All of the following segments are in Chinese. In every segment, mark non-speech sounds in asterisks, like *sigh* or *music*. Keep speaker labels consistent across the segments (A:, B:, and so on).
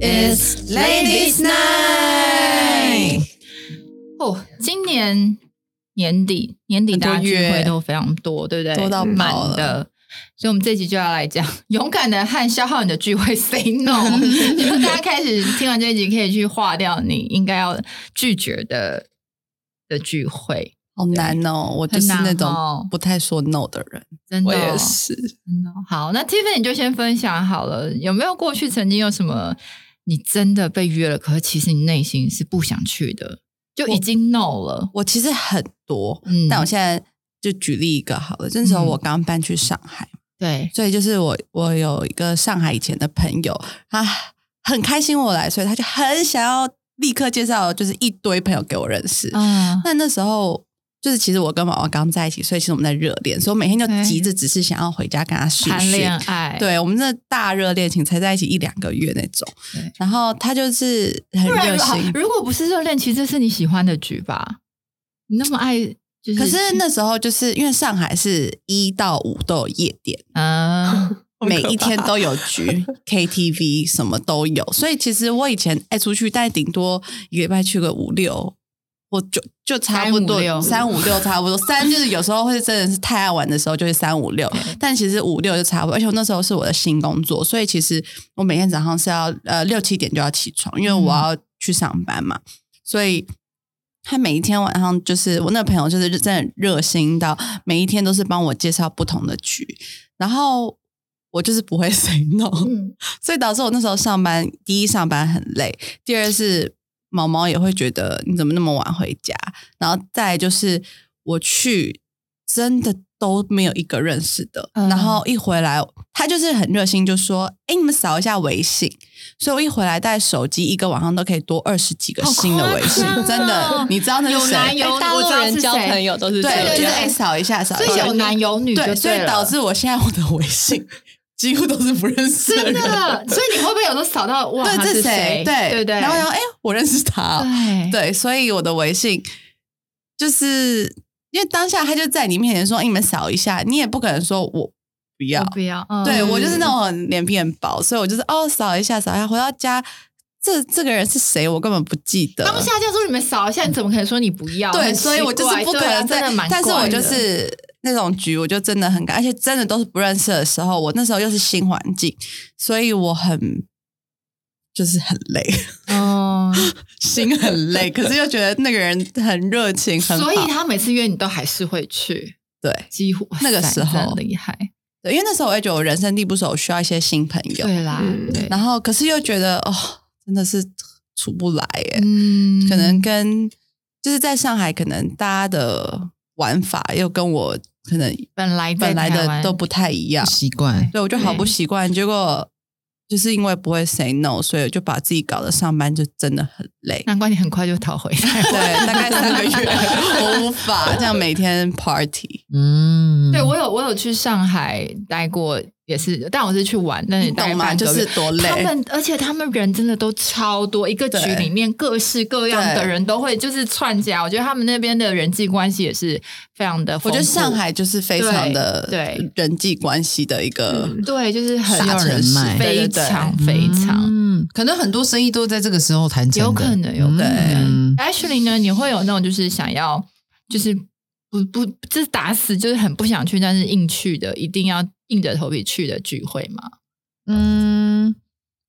A: It's Ladies Night。
B: 哦，今年年底年底
A: 很多
B: 大家聚
A: 约
B: 会都非常多，对不对？
A: 多到爆
B: 满
A: 了
B: 的。所以，我们这集就要来讲 *laughs* 勇敢的和消耗你的聚会 say
A: *laughs*
B: no。就是大家开始听完这一集，可以去划掉你应该要拒绝的的聚会，
A: 好难哦，我就是
B: 很难
A: 那种
B: 哦
A: 不太说 no 的人。
B: 真的、哦。
A: 是，
B: 真的哦好，那 Tiffany 你就先分享好了，有没有过去曾经有什么你真的被约了，可是其实你内心是不想去的，就已经 no 了。
A: 我其实很多，
B: 嗯
A: 但我现在就举例一个好了。那时候
B: 嗯
A: 我刚搬去上海，
B: 对，
A: 所以就是我我有一个上海以前的朋友，他很开心我来，所以他就很想要立刻介绍，就是一堆朋友给我认识。
B: 啊，
A: 那那时候就是其实我跟娃娃刚在一起，所以其实我们在热恋，所以我每天就
B: OK
A: 急着只是想要回家跟他试
B: 谈
A: 训
B: 恋。爱，，
A: 对我们那大热恋情才在一起一两个月那种
B: 对，
A: 然后他就是很
B: 不然
A: 热
B: 如果
A: 心。
B: 如果不是热恋期，这是你喜欢的局吧？你那么爱，就是
A: 可是那时候就是因为上海是一到五都有夜店，
B: 嗯，
A: *laughs* 每一天都有局 KTV 什么都有，所以其实我以前爱出去，但顶多一个礼拜去个五六，我就就差不
B: 三五六
A: 多三五六差不多三就是有时候会真的是太爱玩的时候就是三五六， *laughs* 但其实五六就差不多。而且我那时候是我的新工作，所以其实我每天早上是要呃六七点就要起床，因为我要去上班嘛，所以。他每一天晚上就是我那个朋友，就是真的热心到每一天都是帮我介绍不同的局，然后我就是不会 *laughs* say no，、
B: 嗯
A: 所以导致我那时候上班，第一上班很累，第二是毛毛也会觉得你怎么那么晚回家，然后再来就是我去真的都没有一个认识的，
B: 嗯
A: 然后一回来他就是很热心，就说：“哎，你们扫一下微信。”所以我一回来带手机，一个晚上都可以多二十几个
B: 好
A: 新的微信，
B: 夸张哦
A: 真的，你知道那是
B: 有
A: 谁？
B: 男有
C: 哎大
B: 我
C: 陆
B: 知道是
C: 人交
B: 谁
C: 朋友都是这样，
A: 对，就是哎，
B: 对
A: 扫一下，扫一
B: 所以
A: 下
B: 有。男有女就
A: 对，
B: 啊对，
A: 所以导。致我现在我的微信几乎都是不认识
B: 真
A: 人。 *laughs*
B: 的，啊所以你会不会有时候扫到哇？
A: 对，
B: 他
A: 这
B: 是
A: 谁？
B: 对
A: 对
B: 对不对，
A: 然后然后哎，我认识他哦，
B: 对
A: 对，所以我的微信就是因为当下他就在你面前说，哎你们扫一下，你也不可能说我不要
B: 我，不要，嗯
A: 对我就是那种很脸皮很薄，所以我就是哦扫一下扫一下，回到家这这个人是谁，我根本不记得。
B: 当下就说你们扫一下，你怎么可能说你不要？
A: 对，
B: 很
A: 所以我就是
B: 奇
A: 不
B: 怪
A: 可
B: 对啊
A: 能
B: 真
A: 在，
B: 的蛮怪
A: 但
B: 的
A: 是我就是那种局，我就真的很敢，而且真的都是不认识的时候，我那时候又是新环境，所以我很就是很累，
B: 嗯，
A: 心很累，可是又觉得那个人很热情，很好
B: 所以他每次约你都还是会去，
A: 对
B: 几 *laughs* 乎
A: 那个
B: 哇塞
A: 时候
B: 真的厉害，
A: 对，因为那时候哎我也觉得我人生地不熟，我需要一些新朋友，
B: 对啦，
C: 嗯
B: 对，
A: 然后可是又觉得哦，真的是处不来耶，
B: 嗯
A: 可能跟就是在上海，可能大家的玩法又跟我可能
B: 本来在
A: 本来
B: 台
A: 的
B: 湾。
A: 都不太一样，
D: 习惯。
A: 对，我就好不习惯。结果就是因为不会 say no，所以我就把自己搞得上班就真的很累
B: 难怪你很快就逃回来。 *laughs*
A: 对，大概三个月，我无法这样每天 party。
D: 嗯，
B: 对我有我有去上海待过，也是，但我是去玩，但
A: 你
B: 是待
A: 懂吗？
B: 嗯半个
A: 就
B: 月
A: 是多
B: 他
A: 累。
B: 们，而且他们人真的都超多，一个局
A: 对
B: 里面各式各样的
A: 对
B: 人都会就是串起来。我觉得他们那边的人际关系也是非常的丰
A: 我觉
B: 富。
A: 得上海就是非常的
B: 对嗯对
A: 人际关系的一个
B: 对，就是很
A: 大
D: 要
A: 城
D: 人
A: 市
D: 脉，
B: 非
A: 对对对
B: 常非常
D: 嗯，可能很多生意都在这个时候谈成的，
B: 有可能，有可能
D: 嗯。
B: Ashley 呢，你会有那种就是想要，就是不不，就是打死就是很不想去，但是硬去的，一定要硬着头皮去的聚会吗？
D: 嗯，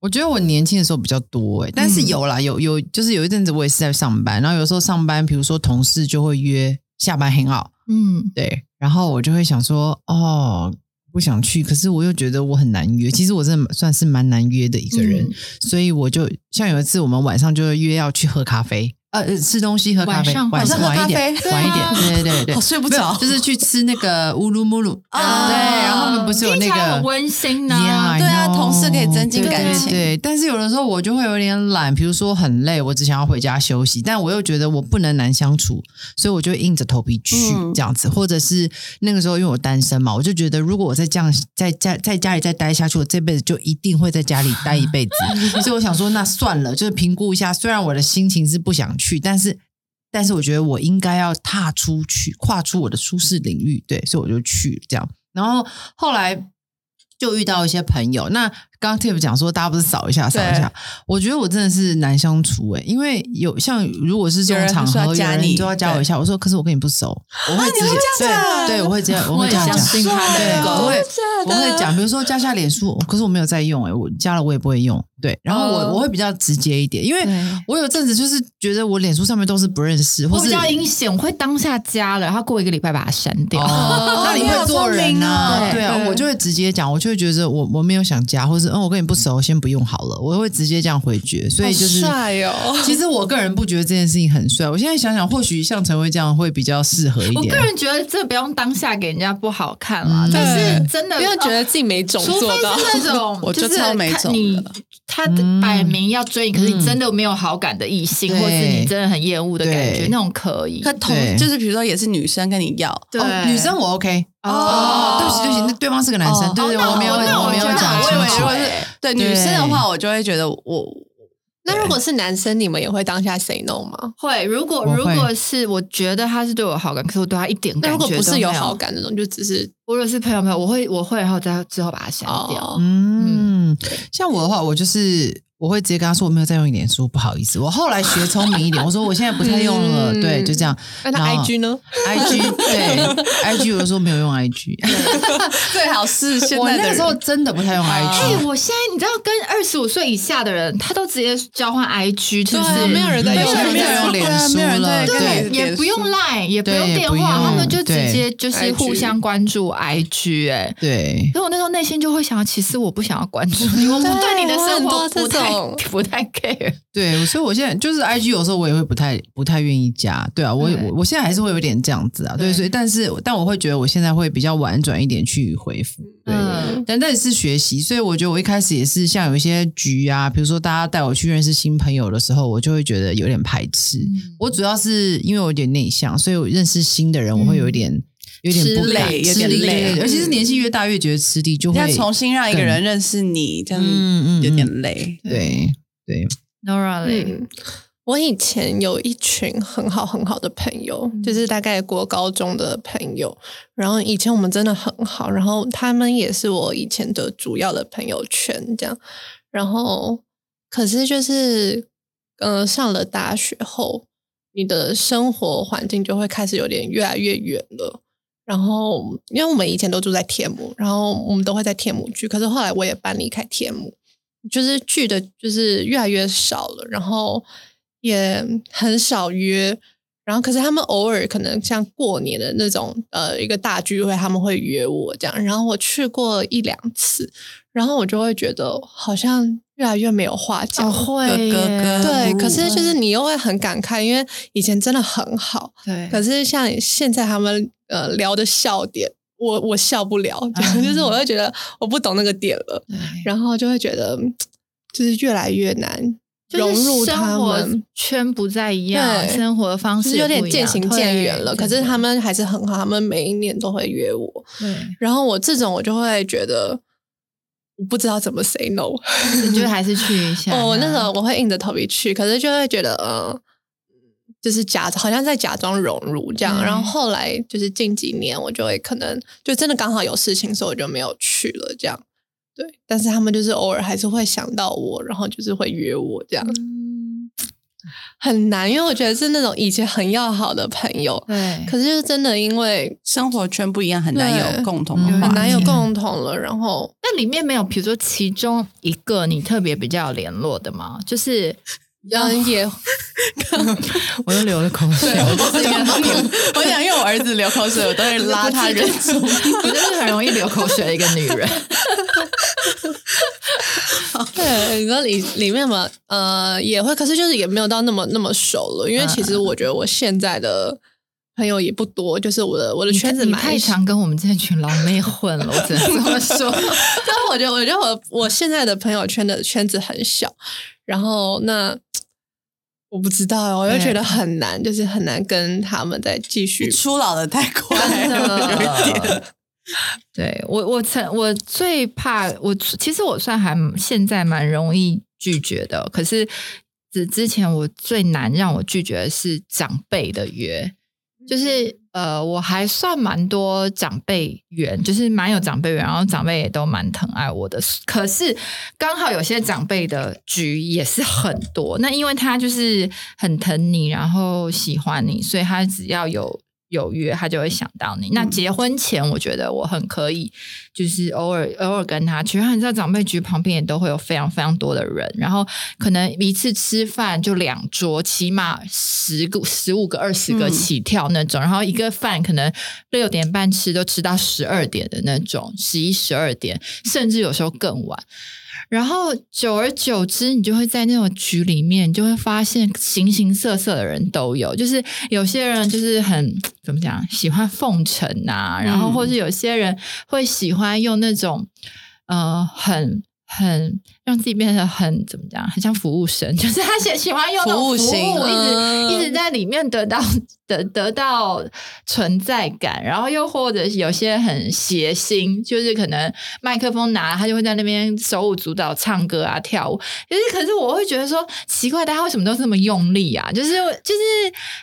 D: 我觉得我年轻的时候比较多哎、但是有啦，有有，就是有一阵子我也是在上班，然后有时候上班，比如说同事就会约下班 hang out，
B: 嗯，
D: 对，然后我就会想说，哦，不想去，可是我又觉得我很难约，其实我真的算是蛮难约的一个人，
B: 嗯
D: 所以我就像有一次我们晚上就约要去喝咖啡，呃，呃吃东西喝咖啡，
B: 晚上
D: 晚
A: 晚上哦喝
D: 晚一
A: 咖
D: 点，
A: 啡
D: 晚一点，
B: 对
D: 对对对对
A: 哦，，睡不
D: 没有
A: 着，
D: 就是去吃那个乌鲁木鲁
A: 啊
D: 对，然后他们不是有那
B: 嗯听起来很
D: 个。
B: 温馨呢、
D: Yeah，I
A: 对啊
D: know
A: 同事可以增进感情
D: 对对对，但是有的时候我就会有点懒，比如说很累，我只想要回家休息，但我又觉得我不能难相处，所以我就硬着头皮去、
A: 嗯
D: 这样子，或者是那个时候因为我单身嘛，我就觉得如果我再这样在家在家里再待下去，我这辈子就一定会在家里待一
A: *laughs*
D: 辈子，所以我想说那算了，就是评估一下，虽然我的心情是不想去，但是但是我觉得我应该要踏出去，跨出我的舒适领域，对，所以我就去这样。然后后来就遇到一些朋友，那刚刚 Tip 讲说，大家不是扫一下扫
A: 对
D: 一下，我觉得我真的是难相处哎、因为有像如果是这种场合，
A: 有人说要
D: 有
A: 加
D: 人
A: 你啊
D: 就要加我一下，我说可是我跟你不熟，我会直接、
A: 这样讲
D: 对对，我会这样，我
B: 我
D: 会
B: 也
D: 这样
B: 相
D: 讲。
B: 信他
D: 对
B: 那，
A: 哦
D: 我
B: 个，
D: 会
A: 真
D: 我
A: 的
D: 会讲，比如说加下脸书，可是我没有在用哎、我加了我也不会用。对，然后我、
B: 哦
D: 我会比较直接一点，因为我有阵子就是觉得我脸书上面都是不认识，或
B: 我
D: 是
B: 比较阴险，我会当下加了，然后过一个礼拜把它删掉。
D: 哦，那你
A: 你
D: 会
A: 好
D: 做
A: 聪
D: 人
A: 明
D: 啊？
A: 哦
D: 对啊，
A: 对，
D: 我就会直接讲，我就会觉得我我没有想加，或是嗯，我跟你不熟，先不用好了，我会直接这样回绝。所以就是，
C: 帅哦，
D: 其实我个人不觉得这件事情很帅。我现在想想，或许像陈薇这样会比较适合一
B: 我
D: 点
B: 个。人觉得这不用当下给人家不好看啦，
D: 嗯
B: 但是真的
C: 不要觉
B: 哦
C: 得自己没种
B: 除非
C: 做
B: 是
C: 到。
B: 那种
C: *laughs*
A: 我就
B: 就是
A: 超没
B: 看
A: 种
B: 你
A: 的
B: 他
D: 嗯
B: 摆明要追你，可是
D: 嗯
B: 你真的没有好感的异性，
D: 对
B: 或是你真的很厌恶的感觉
D: 对，
B: 那种可以。
A: 可
C: 哦
A: 同
D: 对
A: 就是比如说也是女生跟你要，
B: 对
D: 哦，女生我 OK。
B: 哦
D: 对不起，对不起，那对方是个男生，
A: 哦
D: 对对，
B: 哦那
D: 我没有，
B: 我那
D: 我
B: 我
D: 没有
B: 觉得哎
D: 讲
B: 我
D: 清
B: 以为
D: 楚
B: 会。
A: 对
D: 对
A: 女生的话，我就会觉得我
C: 那如果是男生，你们也会当下 say no 吗？
B: 会，如果
D: 我会
B: 如果是我觉得他是对我有好感，可是我对他一点
C: 那
B: 感
C: 如
B: 觉都没
C: 果不是
B: 有
C: 有好，感那种，就只是
B: 或者是朋友朋友，我会我会然后再之后把它删掉。
C: 哦，
D: 嗯，像我的话，我就是我会直接跟他说我没有在用你脸书，不好意思。我后来学聪明一点，我说我现在不太用了，
C: 嗯
D: 对，就这样。
C: 那他
D: 然后
C: IG 呢？
D: IG 对 IG 有的时候没有用 IG，
A: 最好
D: *laughs*
A: 是现
D: 我
A: 在
D: 那
A: 的
D: 个时候
A: 人。
D: 真的不太用
B: 哎、
D: IG。
B: 我现在你知道，跟二十五岁以下的人，他都直接交换 IG，是不
C: 对啊
B: 是？
C: 没有人在
D: 没
C: 用
D: 有人
C: 没有
D: 在
C: 人
D: 用脸书
A: 没有人
D: 了，
A: 在跟
D: 对
A: 你
B: 也不用 Line，也不
D: 对
B: 用
D: 也
B: 电
D: 不
B: 话，他
D: 用
B: 们就
D: 对
B: 直接就是互
C: IG
B: 相关注 IG 哎、
D: 对
B: 所以我那时候内心就会想，其实我不想要关注你，我我对你的生
C: 我
B: 活
C: 很多
B: 不太
C: 这种
B: *laughs* 不太 care。
D: 对，所以我现在就是 IG 有时候我也会不太不太愿意加，对啊，我
B: 对
D: 我我现在还是会有点这样子啊，对，
B: 对
D: 所以但是但我会觉得我现在会比较婉转一点去回复，对。
B: 嗯
D: 但这也是学习，所以我觉得我一开始也是像有一些局啊，比如说大家带我去认识新朋友的时候，我就会觉得有点排斥。我主要是因为我有点内向，所以我认识新的人，我会有一点、
C: 嗯
D: 有点不敢
A: 吃力有
D: 吃
A: 点
D: 力
A: 累
D: 对尤其是年纪越大越觉得吃力，就
A: 你要
D: 会嗯
A: 重新让一个人认识你，这样
D: 嗯嗯嗯
A: 有点累。
D: 对对
B: Nora 嘞，
C: 嗯，我以前有一群很好很好的朋友，就是大概国高中的朋友。然后以前我们真的很好，然后他们也是我以前的主要的朋友圈这样。然后可是就是，呃，上了大学后，你的生活环境就会开始有点越来越远了。然后，因为我们以前都住在天母，然后我们都会在天母聚，可是后来我也搬离开天母，就是聚的，就是越来越少了，然后也很少约。然后，可是他们偶尔可能像过年的那种，呃，一个大聚会，他们会约我这样。然后我去过一两次，然后我就会觉得好像越来越没有话讲。
B: 会
A: 哥哥
B: 耶
A: 哥
C: 对，
A: 嗯
C: 可是就是你又会很感慨，因为以前真的很好，
B: 对
C: 可是像现在他们呃聊的笑点，我我笑不了，这
B: 啊
C: 样就是我会觉得我不懂那个点了，然后就会觉得嗯就是越来越难融
B: 就是
C: 入他
B: 生活
C: 们，
B: 圈不再一样，
C: 对
B: 生活方式
C: 就是有点渐行渐远了。可是他
B: 们
C: 们还是很好，他们每一年都会约我，
B: 对，
C: 然后我这种我就会觉得我不知道怎么 say no。
B: 你就还是去一下。
C: 哦，我那时候我会硬着头皮去，可是就会觉得，嗯，就是假，好像在假装融入这样。
B: 嗯
C: 然后后来就是近几年，我就会可能就真的刚好有事情，所以我就没有去了这样。对，但是他们就是偶尔还是会想到我，然后就是会约我这样，
B: 嗯
C: 很难，因为我觉得是那种以前很要好的朋友，
B: 对，
C: 可是就是真的因为
A: 生活圈不一样，很难有
C: 对
A: 共同
D: 嗯
A: 话
C: 很难有
A: 题
C: 共同了，然后
B: 那里面没有，比如说其中一个你特别比较有联络的吗？就是 *laughs*
C: 嗯也
D: *laughs* 我又流了口水。
A: 我都是一个，我想因为我儿子流口水，我都会拉他
B: *laughs*
A: 忍住。
B: 我就是很容易流口水的一个女人。
C: 对，你说里里面嘛，呃，也会，可是就是也没有到那么那么熟了，因为其实我觉得我现在的朋友也不多，就是我的我的
B: 你
C: 圈子
B: 你
C: 蛮
B: 太
C: 小，
B: 常跟我们这群老妹混了，我只能这么说。
C: 但我觉得我觉得我我现在的朋友圈的圈子很小，然后那我不知道，我又觉得很难，就是很难跟他们再继
A: *laughs*
C: 续
A: 你。初老的太快
C: 真
A: 了，
C: 的
A: 有一点。
B: *laughs* 对我，我曾我最怕我，其实我算还现在蛮容易拒绝的，可是之之前我最难让我拒绝的是长辈的约，就是呃，我还算蛮多长辈缘，就是蛮有长辈缘，然后长辈也都蛮疼爱我的。可是刚好有些长辈的局也是很多，那因为他就是很疼你，然后喜欢你，所以他只要有有约，他就会想到你。那结婚前，我觉得我很可以，就是偶尔偶尔跟他去。然后你知道长辈局旁边也都会有非常非常多的人，然后可能一次吃饭就两桌，起码十个、十五个、二十个
A: 嗯
B: 起跳那种。然后一个饭可能六点半吃，都吃到十二点的那种，十一、十二点，甚至有时候更晚。然后久而久之，你就会在那种局里面，你就会发现形形色色的人都有。就是有些人就是很怎么讲，喜欢奉承啊，然后
A: 嗯
B: 或是有些人会喜欢用那种呃很。很让自己变得很怎么讲，很像服务生， *laughs* 就是他喜喜欢用那种
A: 服务型
B: 服务一直
C: 嗯
B: 一直在里面得到得得到存在感，然后又或者是有些很邪心，就是可能麦克风拿他就会在那边手舞足蹈唱歌啊跳舞，可是可是我会觉得说奇怪，大家为什么都这么用力啊？就是就是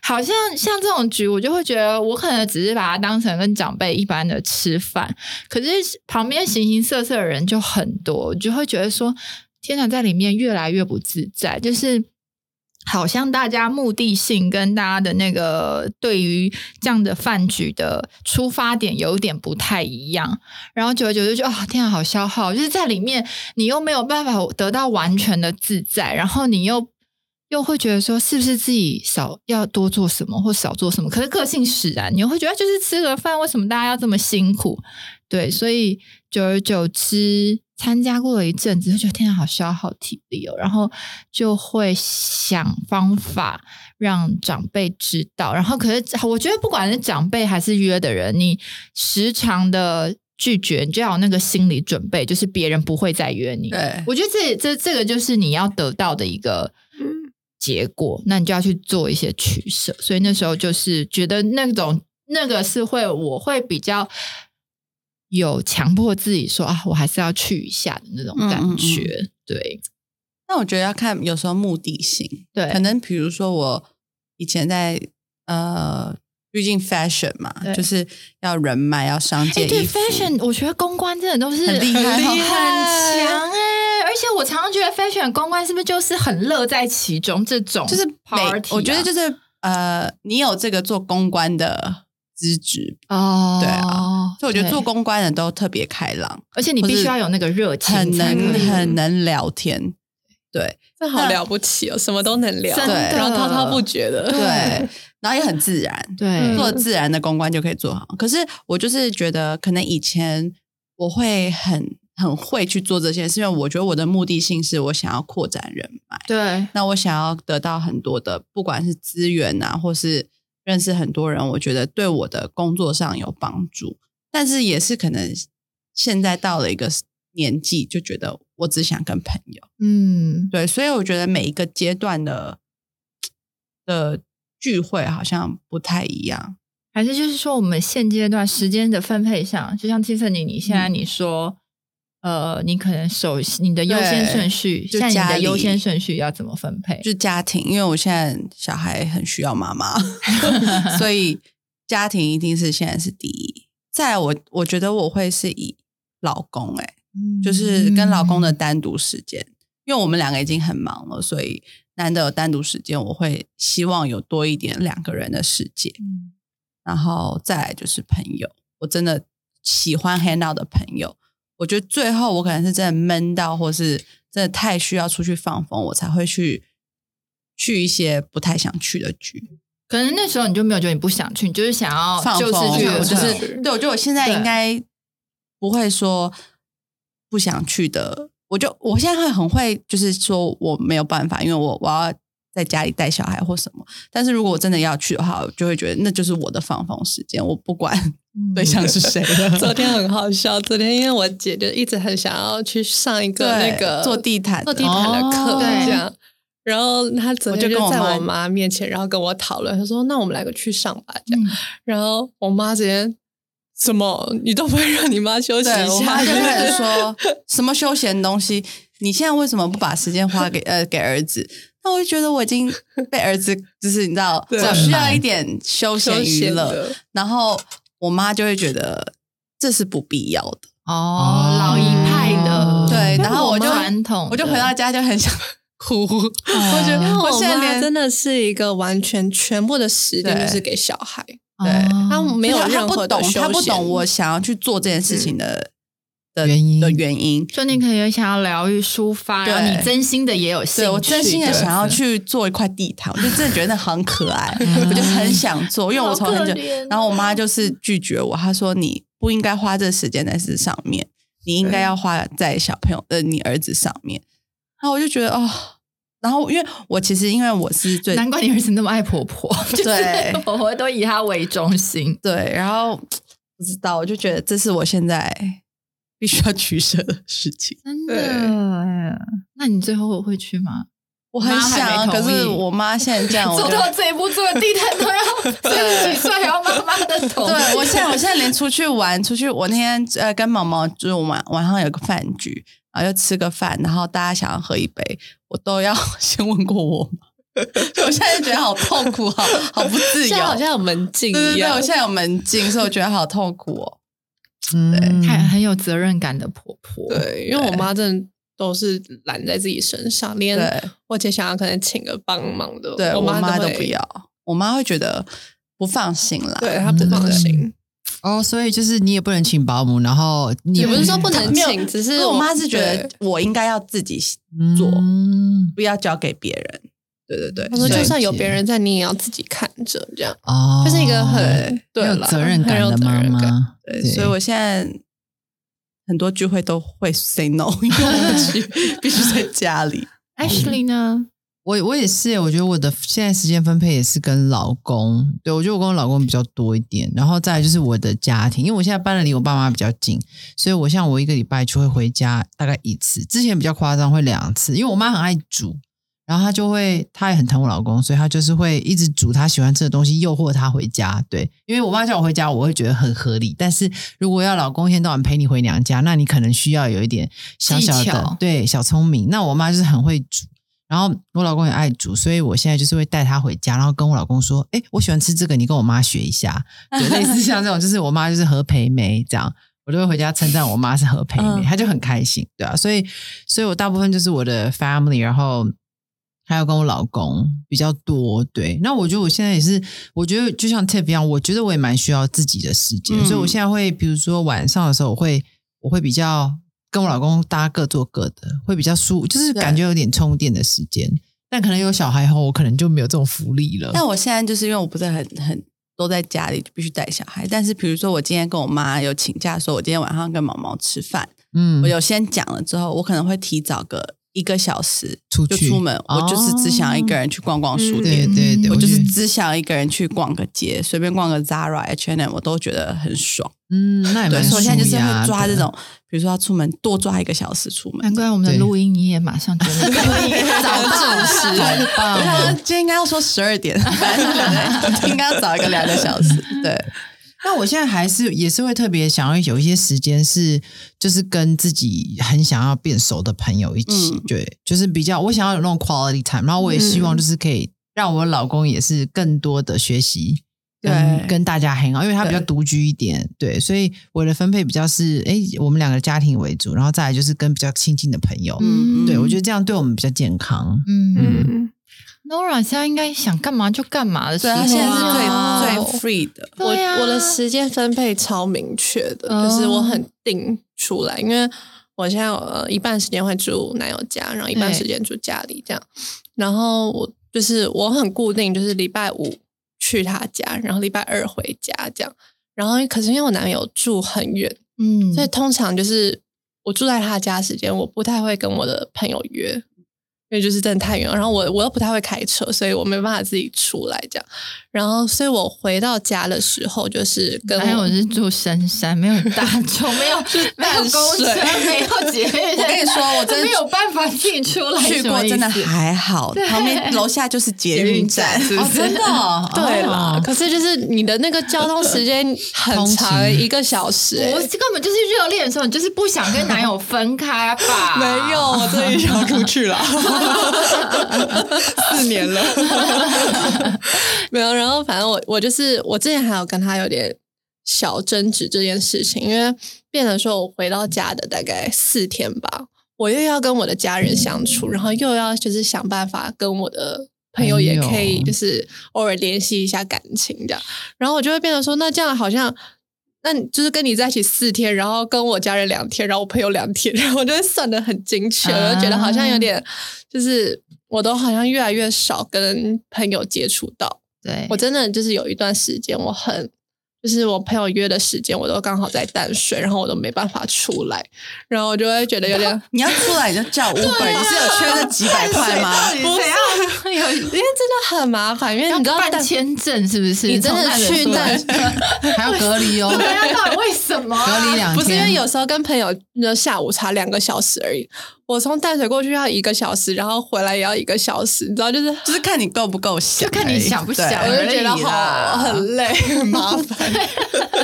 B: 好像像这种局，我就会觉得我可能只是把它当成跟长辈一般的吃饭，可是旁边形形色色的人就很多，我就会觉得说，天哪，在里面越来越不自在，就是。好像大家目的性跟大家的那个对于这样的饭局的出发点有点不太一样，然后久而久之就觉得哦，天啊，好消耗！就是在里面，你又没有办法得到完全的自在，然后你又又会觉得说，是不是自己少要多做什么或少做什么？可是个性使然，你又会觉得哎就是吃个饭，为什么大家要这么辛苦？对，所以久而久之，参加过了一阵子，就觉得天啊，好消耗体力哦，然后就会想方法。让长辈知道。然后，可是我觉得，不管是长辈还是约的人，你时常的拒绝，你就要有那个心理准备，就是别人不会再约你。
A: 对
B: 我觉得这这这个就是你要得到的一个
A: 嗯
B: 结果，那你就要去做一些取舍。所以那时候就是觉得那种那个是会，我会比较。有强迫自己说啊，我还是要去一下的那种
A: 嗯嗯
B: 感
A: 嗯
B: 觉，对
A: 那我觉得要看有时候目的性，可
B: 对
A: 能比如说我以前在呃，毕竟 fashion 嘛
B: 对，
A: 就是要人脉，要商
B: 哎、
A: 界
B: 对
A: 衣服。
B: ，fashion，我觉得公关真的都是
A: 很厉害
B: 很
A: 很厉
B: 很
A: 害
B: 强哎、而且我常常觉得 fashion 公关是不是就是很乐在其中这种、
A: 就是每
B: party 啊
A: 我觉得就是呃，你有这个做公关的资质，
B: 哦，
A: 对啊所以我觉得
B: 对
A: 做，公关的都特别开朗，
B: 而且你必须要有那个热情，
A: 很能
C: 可以
A: 很能聊天。
B: *laughs*
A: 对
C: 这好了不起哦，什么都能聊，
B: 真
A: 的
C: 然后滔滔不绝的，
A: 对，然后也很自然，
B: 对
C: 嗯
A: 做自然的公关就可以做好。可是我就是觉得，可能以前我会很很会去做这些，是因为我觉得我的目的性是我想要扩展人脉。
B: 对
A: 那我想要得到很多的，不管是资源啊，或是认识很多人，我觉得对我的工作上有帮助。但是也是可能现在到了一个年纪，就觉得我只想跟朋友。
B: 嗯，
A: 对，所以我觉得每一个阶段的的聚会好像不太一样。
B: 还是就是说我们现阶段时间的分配上，就像 Tiffany，你现在你说。呃，你可能首你的优先顺序，
A: 就
B: 像你
A: 家
B: 的
A: 里
B: 优先顺序要怎么分配？
A: 就家庭，因为我现在小孩很需要妈妈，所以家庭一定是现在是第一。再来我我觉得我会是以老公、欸，就是
B: 嗯
A: 跟老公的单独时间，因为我们两个已经很忙了，所以难得有单独时间，我会希望有多一点两个人的世界。
B: 嗯
A: 然后再来就是朋友，我真的喜欢 hang out 的朋友。我觉得最后我可能是真的闷到，或是真的太需要出去放风，我才会去去一些不太想去的局
B: 可能那时候你就没有觉得你不想去，你就是想要
A: 放
B: 就
A: 风。
B: 是去，
A: 哦我就
C: 嗯
A: 是对，我觉得我现在
B: 对
A: 应该不会说不想去的。我就我现在会很会，就是说我没有办法，因为我我要在家里带小孩或什么。但是如果我真的要去的话，我就会觉得那就是我的放风时间，我不
C: *laughs*
A: 管
B: 嗯
A: 对象是谁了。
C: *laughs* 昨天很好笑，昨天因为我姐就一直很想要去上一
A: 对
C: 个那个
A: 坐地毯的，
C: 做地毯的课
B: 哦
C: 这样。然后他昨天
A: 我就跟我
C: 在
A: 妈
C: 我妈面前，然后跟我讨论，他说：“那我们来个去上吧。”这
A: 嗯
C: 样，然后我妈直接什么，你都不会让你妈休息
A: 对
C: 一
A: 我妈
C: 下？
A: 就开
C: *laughs*
A: 始说什么休闲东西，你现在为什么不把时间花给呃给儿子？那我就觉得我已经被儿子，就是你知道，
C: 对
A: 我需要一点休
C: 休
A: 闲娱
C: 闲
A: 乐。
C: 的，
A: 然后我妈就会觉得这是不必要的，
B: 哦，老一派的，
A: 对
B: 那
A: 然后我就
B: 传统的，嗯
A: 我就回到家就很想哭，我觉
C: 因为
A: 得
C: 我
A: 现在
C: 妈
A: 连
C: 真的是一个完全全部的时间
A: 对
C: 就是给小孩，
A: 哦对
B: 嗯
C: 她没有
A: 就是
C: 任何的
A: 他不懂，
C: 休闲
A: 他不懂我想要去做这件事情的、的
D: 原因
A: 的原因。
B: 就你可能有想要疗愈、抒发，
A: 对
B: 然后你真心的也有兴趣，
A: 对我真心的
B: 这
A: 想
B: 样子
A: 要去做一块地毯，我 *laughs* 就真的觉得很可爱，我就很想做，因为我从很久
B: 好可怜哦，
A: 嗯然后我妈就是拒绝我，她说你不应该花这时间在这上面，你应该要花在小朋友呃你儿子上面。然后我就觉得哦，然后因为我其实因为我是最
B: 难怪你儿子那么爱婆婆， *laughs* 就是
A: 对
B: 婆婆都以她为中心。
A: 对，然后不知道，我就觉得这是我现在必须要取舍的事情。
B: 真
C: 的
B: 的？那你最后会去吗？
A: 我很
B: 妈还
A: 想啊，
B: 没
A: 可
B: 同
A: 是
B: 意
A: 我妈现在这 *laughs* 样，我
B: 走
A: 就
B: 到这一步，做地毯都
A: *laughs*
B: 要三十几岁，还要妈妈的头。
A: 对我现在，我现在连出去玩，出去我那天呃跟毛毛就是我晚晚上有个饭局，然后就吃个饭，然后大家想要喝一杯，我都要 *laughs* 先问过我妈。 *laughs* 所以我现在就觉得好痛苦，好好不自由
C: 现在。好像有门禁
A: 对对
C: 一
A: 对，
C: 样
A: 我。现在有门禁，所以我觉得好痛苦哦。
D: 嗯
B: 太很有责任感的婆婆。
C: 对，因为我妈真的都是揽在自己身上，连
A: 对
C: 我姐想要可能请个帮忙的，
A: 对，我
C: 妈
A: 妈都
C: 会
A: 不，要，我妈会觉得不放心啦。
C: 对她不
D: 嗯
C: 放心，
D: 哦，所以就是你也不能请保姆，然后你嗯
C: 也不是说不能
A: 没有
C: 请，只
A: 因
C: 是
A: 为我妈是觉得
C: 对
A: 我应该要自己做，
D: 嗯
A: 不要交给别人。对对对，
C: 他说，
A: 所以
C: 就算有
D: 解
C: 别人在，你也要自己看着，这样
D: 哦，
C: 就是一个很对
D: 有
C: 了
D: 责任
C: 很
D: 感
C: 有
D: 的
C: 责
D: 妈
C: 任
A: 嗯
C: 感。
D: 妈，
A: 对，所以我现在很多聚会都会 say no，因为我必 *laughs* 须必须在家里。
B: Ashley 呢？
D: 我我也是，我觉得我的现在时间分配也是跟老公，对我觉得我跟我老公比较多一点，然后再来就是我的家庭，因为我现在搬的离我爸妈比较近，所以我像我一个礼拜就会回家大概一次，之前比较夸张会两次，因为我妈很爱煮，然后她就会她也很疼我老公，所以她就是会一直煮她喜欢吃的东西诱惑他回家，对，因为我妈叫我回家，我会觉得很合理，但是如果要老公一天到晚陪你回娘家，那你可能需要有一点小小
B: 技
D: 的
B: 巧
D: 对小聪明，那我妈就是很会煮。然后我老公也爱煮，所以我现在就是会带他回家，然后跟我老公说：“哎，我喜欢吃这个，你跟我妈学一下。” *laughs* 对，类似像这种，就是我妈就是何培梅这样，我都会回家称赞我妈是何培梅，
A: 嗯
D: 她就很开心，对啊，所以，所以我大部分就是我的 family，然后还有跟我老公比较多。对，那我觉得我现在也是，我觉得就像 Tip 一样，我觉得我也蛮需要自己的时间，
A: 嗯
D: 所以我现在会，比如说晚上的时候，我会我会比较跟我老公大家各做各的，会比较舒，就是
A: 对
D: 感觉有点充电的时间。但可能有小孩后，我可能就没有这种福利了。
A: 但我现在就是因为我不是很很都在家里，就必须带小孩。但是比如说我今天跟我妈有请假，说我今天晚上跟毛毛吃饭，
D: 嗯
A: 我有先讲了之后，我可能会提早个一个小时
D: 出
A: 就
D: 去
A: 出门，我就是只想一个
D: 哦
A: 人去逛逛书
C: 嗯
A: 店
D: 对。对对，
A: 我就
D: 觉
A: 是
D: 得
A: 只想一个人去逛个街，随便逛个 Zara、H&M，我都觉得很爽。
D: 嗯，那也
A: 对，
D: 蛮
A: 所以我现在就是
D: 舒压
A: 会抓
D: 的
A: 这种，比如说要出门多抓一个小时出门。
B: 难怪我们的
D: 对
B: 录音你也马上准
A: *laughs*
B: 备，*laughs* 早准时，很
A: 我想
B: 棒。
A: 说啊今天应该要说十二 *laughs* 点，反正就觉得应该要早一个两个小时。对，
D: 那我现在还是也是会特别想要有一些时间是，就是跟自己很想要变熟的朋友一起，
A: 嗯
D: 对，就是比较我想要有那种 quality time，然后我也希望就是可以让我老公也是更多的学习。跟
A: 对
D: 跟大家很好，因为他比较
A: 对
D: 独居一点，对，所以我的分配比较是，诶，我们两个家庭为主，然后再来就是跟比较亲近的朋友，
A: 嗯
D: 对我觉得这样对我们比较健康。
B: 嗯
C: 嗯，
B: ，Nora 现在应该想干嘛就干嘛的时
A: 对
B: 候
A: 他
B: 啊，
A: 现在是最、*laughs*
C: 哇
A: 最 free 的。
C: 我
B: 对啊
C: 我的时间分配超明确的，
B: 哦
C: 就是我很定出来，因为我现在呃一半时间会住男友家，然后一半
B: 对
C: 时间住家里这样，然后我就是我很固定，就是礼拜五去他家，然后礼拜二回家这样，然后可是因为我男友住很远，
B: 嗯，
C: 所以通常就是我住在他家时间，我不太会跟我的朋友约，因为就是真的太远了。然后我我又不太会开车，所以我没办法自己出来这样。然后，所以我回到家的时候，就是跟
B: 还有我是住深山，没有大众，没有没有
C: 淡
B: 公车
C: 水，
B: 没有捷运。
A: 我跟你说我真
B: 没有办法进出来，
A: 去过真的
B: 什么意思
A: 还 *laughs* 好，旁边楼下就是捷运站， *laughs*
B: 捷运站是不是
A: 哦
C: 对啦，
D: 哦
C: 可是就是你的那个交通时间很
D: 通
C: 长，
D: 勤
C: 一个小时、欸
B: 我根本就是热恋的时候，你就是不想跟男友分开啊吧？
C: 没有，，我这里想出去了，四年了，没有。然后反正我我就是我之前还有跟他有点小争执这件事情，因为变得说我回到家的大概四天吧，我又要跟我的家人相处，然后又要就是想办法跟我的。朋友也可
D: 朋
C: 以，
D: 友
C: 就是偶尔联系一下感情这样，然后我就会变得说，那这样好像那你就是跟你在一起四天，然后跟我家人两天，然后我朋友两天， *laughs* 然后我就会算的很精确，
B: 啊
C: 我就觉得好像有点，就是我都好像越来越少跟朋友接触到。
B: 对，
C: 我真的就是有一段时间，我很就是我朋友约的时间，我都刚好在淡水，然后我都没办法出来，然后我就会觉得有点
A: 你要出来你就叫 Uber，、你是有缺那几百块 *laughs* 吗？
B: 不要 *laughs* 有
C: 因为真的很麻烦，因为
B: 要
C: 你知道淡
B: 办签证是不是？
C: 你真的去
B: 那
C: 淡
D: 还要隔离哦，
B: *laughs* 对啊，到底为什么啊？
D: 隔离两天，
C: 不是因为有时候跟朋友那下午茶两个小时而已，我从淡水过去要一个小时，然后回来也要一个小时，你知道，就是
A: 就是看你够不够想而
B: 就
A: 已，
B: 看你想不想
A: 对
C: 我就觉得
B: 而已啦
C: 好很
B: *laughs*
C: 累，很麻烦。 *laughs*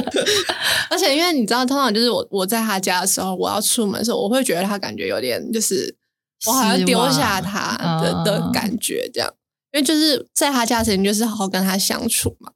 C: 而且因为你知道，通常就是我我在他家的时候，我要出门的时候，我会觉得他感觉有点就是我好像丢下他
B: 失
C: 的
B: 望
C: 的
B: 嗯
C: 感觉，这样。因为就是在他家的时间，就是好好跟他相处嘛。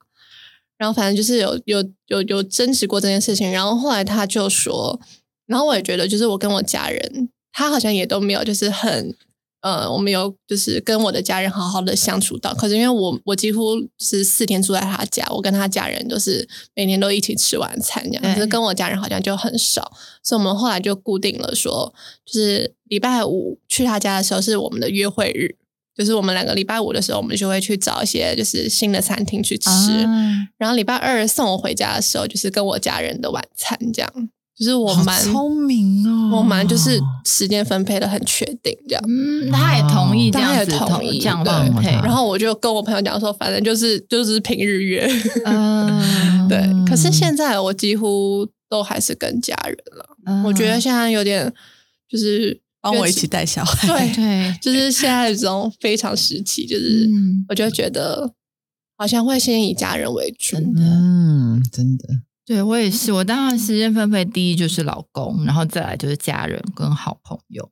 C: 然后反正就是有有有有争执过这件事情，然后后来他就说，然后我也觉得就是我跟我家人，他好像也都没有就是很呃，我们有就是跟我的家人好好的相处到，可是因为我我几乎是四天住在他家，我跟他家人都是每天都一起吃晚餐这样，
B: 对
C: 可是跟我家人好像就很少，所以我们后来就固定了说，就是礼拜五去他家的时候是我们的约会日。就是我们两个礼拜五的时候，我们就会去找一些就是新的餐厅去吃，
B: 啊
C: 然后礼拜二送我回家的时候，就是跟我家人的晚餐这样，就是我
D: 好
C: 蛮
D: 聪明哦，
C: 我蛮就是时间分配的很确定这样。
B: 嗯，他也同意这样子，
C: 哦他也同意
B: 这样
C: 对
B: 分配，
D: 嗯
C: 然后我就跟我朋友讲说，反正就是就是平日约，
B: 嗯，
C: 对。
D: 嗯
C: 可是现在我几乎都还是跟家人了，
B: 嗯
C: 我觉得现在有点就是
A: 帮我一起带小孩。
C: 对，
B: 对，
C: 就是现在这种非常时期，就是
B: 嗯，
C: 我就觉得好像会先以家人为主，
B: 真的
D: 嗯，真的，
B: 对我也
C: 嗯
B: 是，我当然时间分配第一就是老公，然后再来就是家人跟好朋友。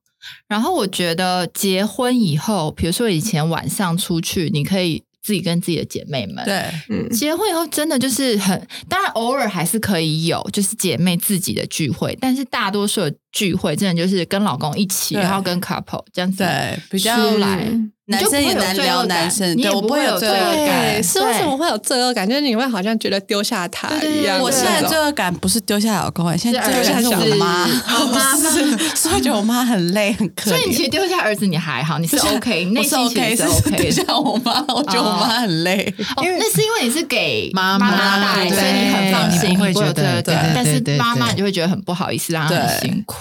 B: 然后我觉得结婚以后，比如说以前晚上出去，你可以自己跟自己的姐妹
A: *laughs*
B: 们。
A: 对，
C: 嗯，
B: 结婚以后真的就是很，当然偶尔还是可以有，就是姐妹自己的聚会，但是大多数的聚会真的就是跟老公一起，
A: 对
B: 然后跟 couple 这样子
A: 对，比较
B: 出来，你
A: 男
B: 就不
A: 生
B: 会
A: 也
B: 有
A: 难
B: 罪恶
A: 聊
B: 感
A: 男生，
B: 你也
A: 对我
B: 不
A: 不
B: 会
A: 会
B: 有
A: 有罪
B: 罪恶
A: 恶
C: 对，
A: 感。
C: 是为什么会有罪恶感？就是你会好像觉得丢下他
B: 对
C: 一样的那种，
A: 我现在罪恶感不是丢下老公，哎现在
B: 是
A: 丢下
C: 儿
A: 是 *laughs*
C: 子
A: 我妈，
B: 哦妈妈
A: 不是，所以我觉得我妈很累，很可
B: 所以你其
A: 怜。
B: 实丢下儿子你还好，你是 OK，你内
A: 我是
B: 心其
A: OK，
B: 实
A: 是
B: OK
A: 丢
B: 的。
A: 下我妈，我觉得我妈很累。
B: 哦，那是因为你是给
D: 妈
B: 妈
D: 妈
B: 带，
A: 对
B: 所以你很放心，
D: 你不会
B: 你有
D: 觉得
B: 这个
D: 对对
B: 但是
D: 对对
B: 妈妈
D: 对
B: 你就会觉得很不好意思，让她很
A: 对
B: 辛苦。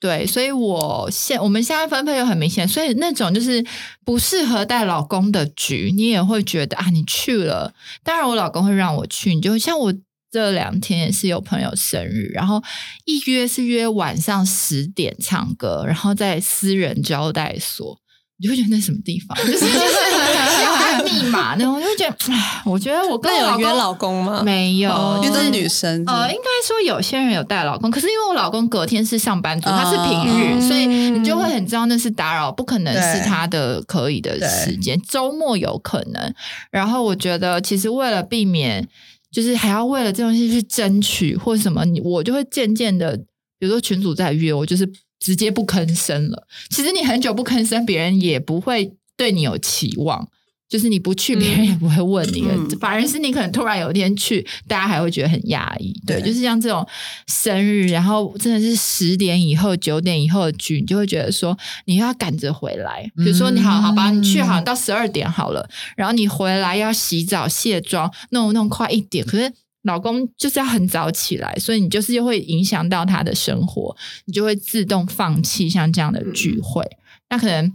B: 对，所以我现我们现在分配又很明显，所以那种就是不适合带老公的局，你也会觉得啊，你去了，当然我老公会让我去，你就像我。这两天也是有朋友生日，然后一约是约晚上十点唱歌，然后在私人招待所，你就会觉得那什么地方， *laughs* 就是就是要按密码那种，我就觉得，唉，我觉得我跟
C: 那有
B: 我
C: 约
B: 老
C: 老公吗？
B: 公没有，
C: 哦
A: 因为
B: 就
A: 都是
B: 是
A: 女生，嗯
B: 呃，应该说有些人有带老公，可是因为我老公隔天是上班族，他是平日，
C: 嗯
B: 所以你就会很知道那是打扰，不可能是他的可以的时间，周末有可能。然后我觉得，其实为了避免，就是还要为了这东西去争取或什么，你我就会渐渐的，比如说群主在约我，就是直接不吭声了。其实你很久不吭声，别人也不会对你有期望。就是你不去，别人也不会问你的，
A: 嗯
B: 反而是你可能突然有一天去，大家还会觉得很压抑。对，
A: 对
B: 就是像这种生日，然后真的是十点以后、九点以后的局，你就会觉得说你又要赶着回来。比如说，你好好吧，你去好，你到十二点好了，然后你回来要洗澡、卸妆，弄弄快一点。可是老公就是要很早起来，所以你就是又会影响到他的生活，你就会自动放弃像这样的聚会。那可能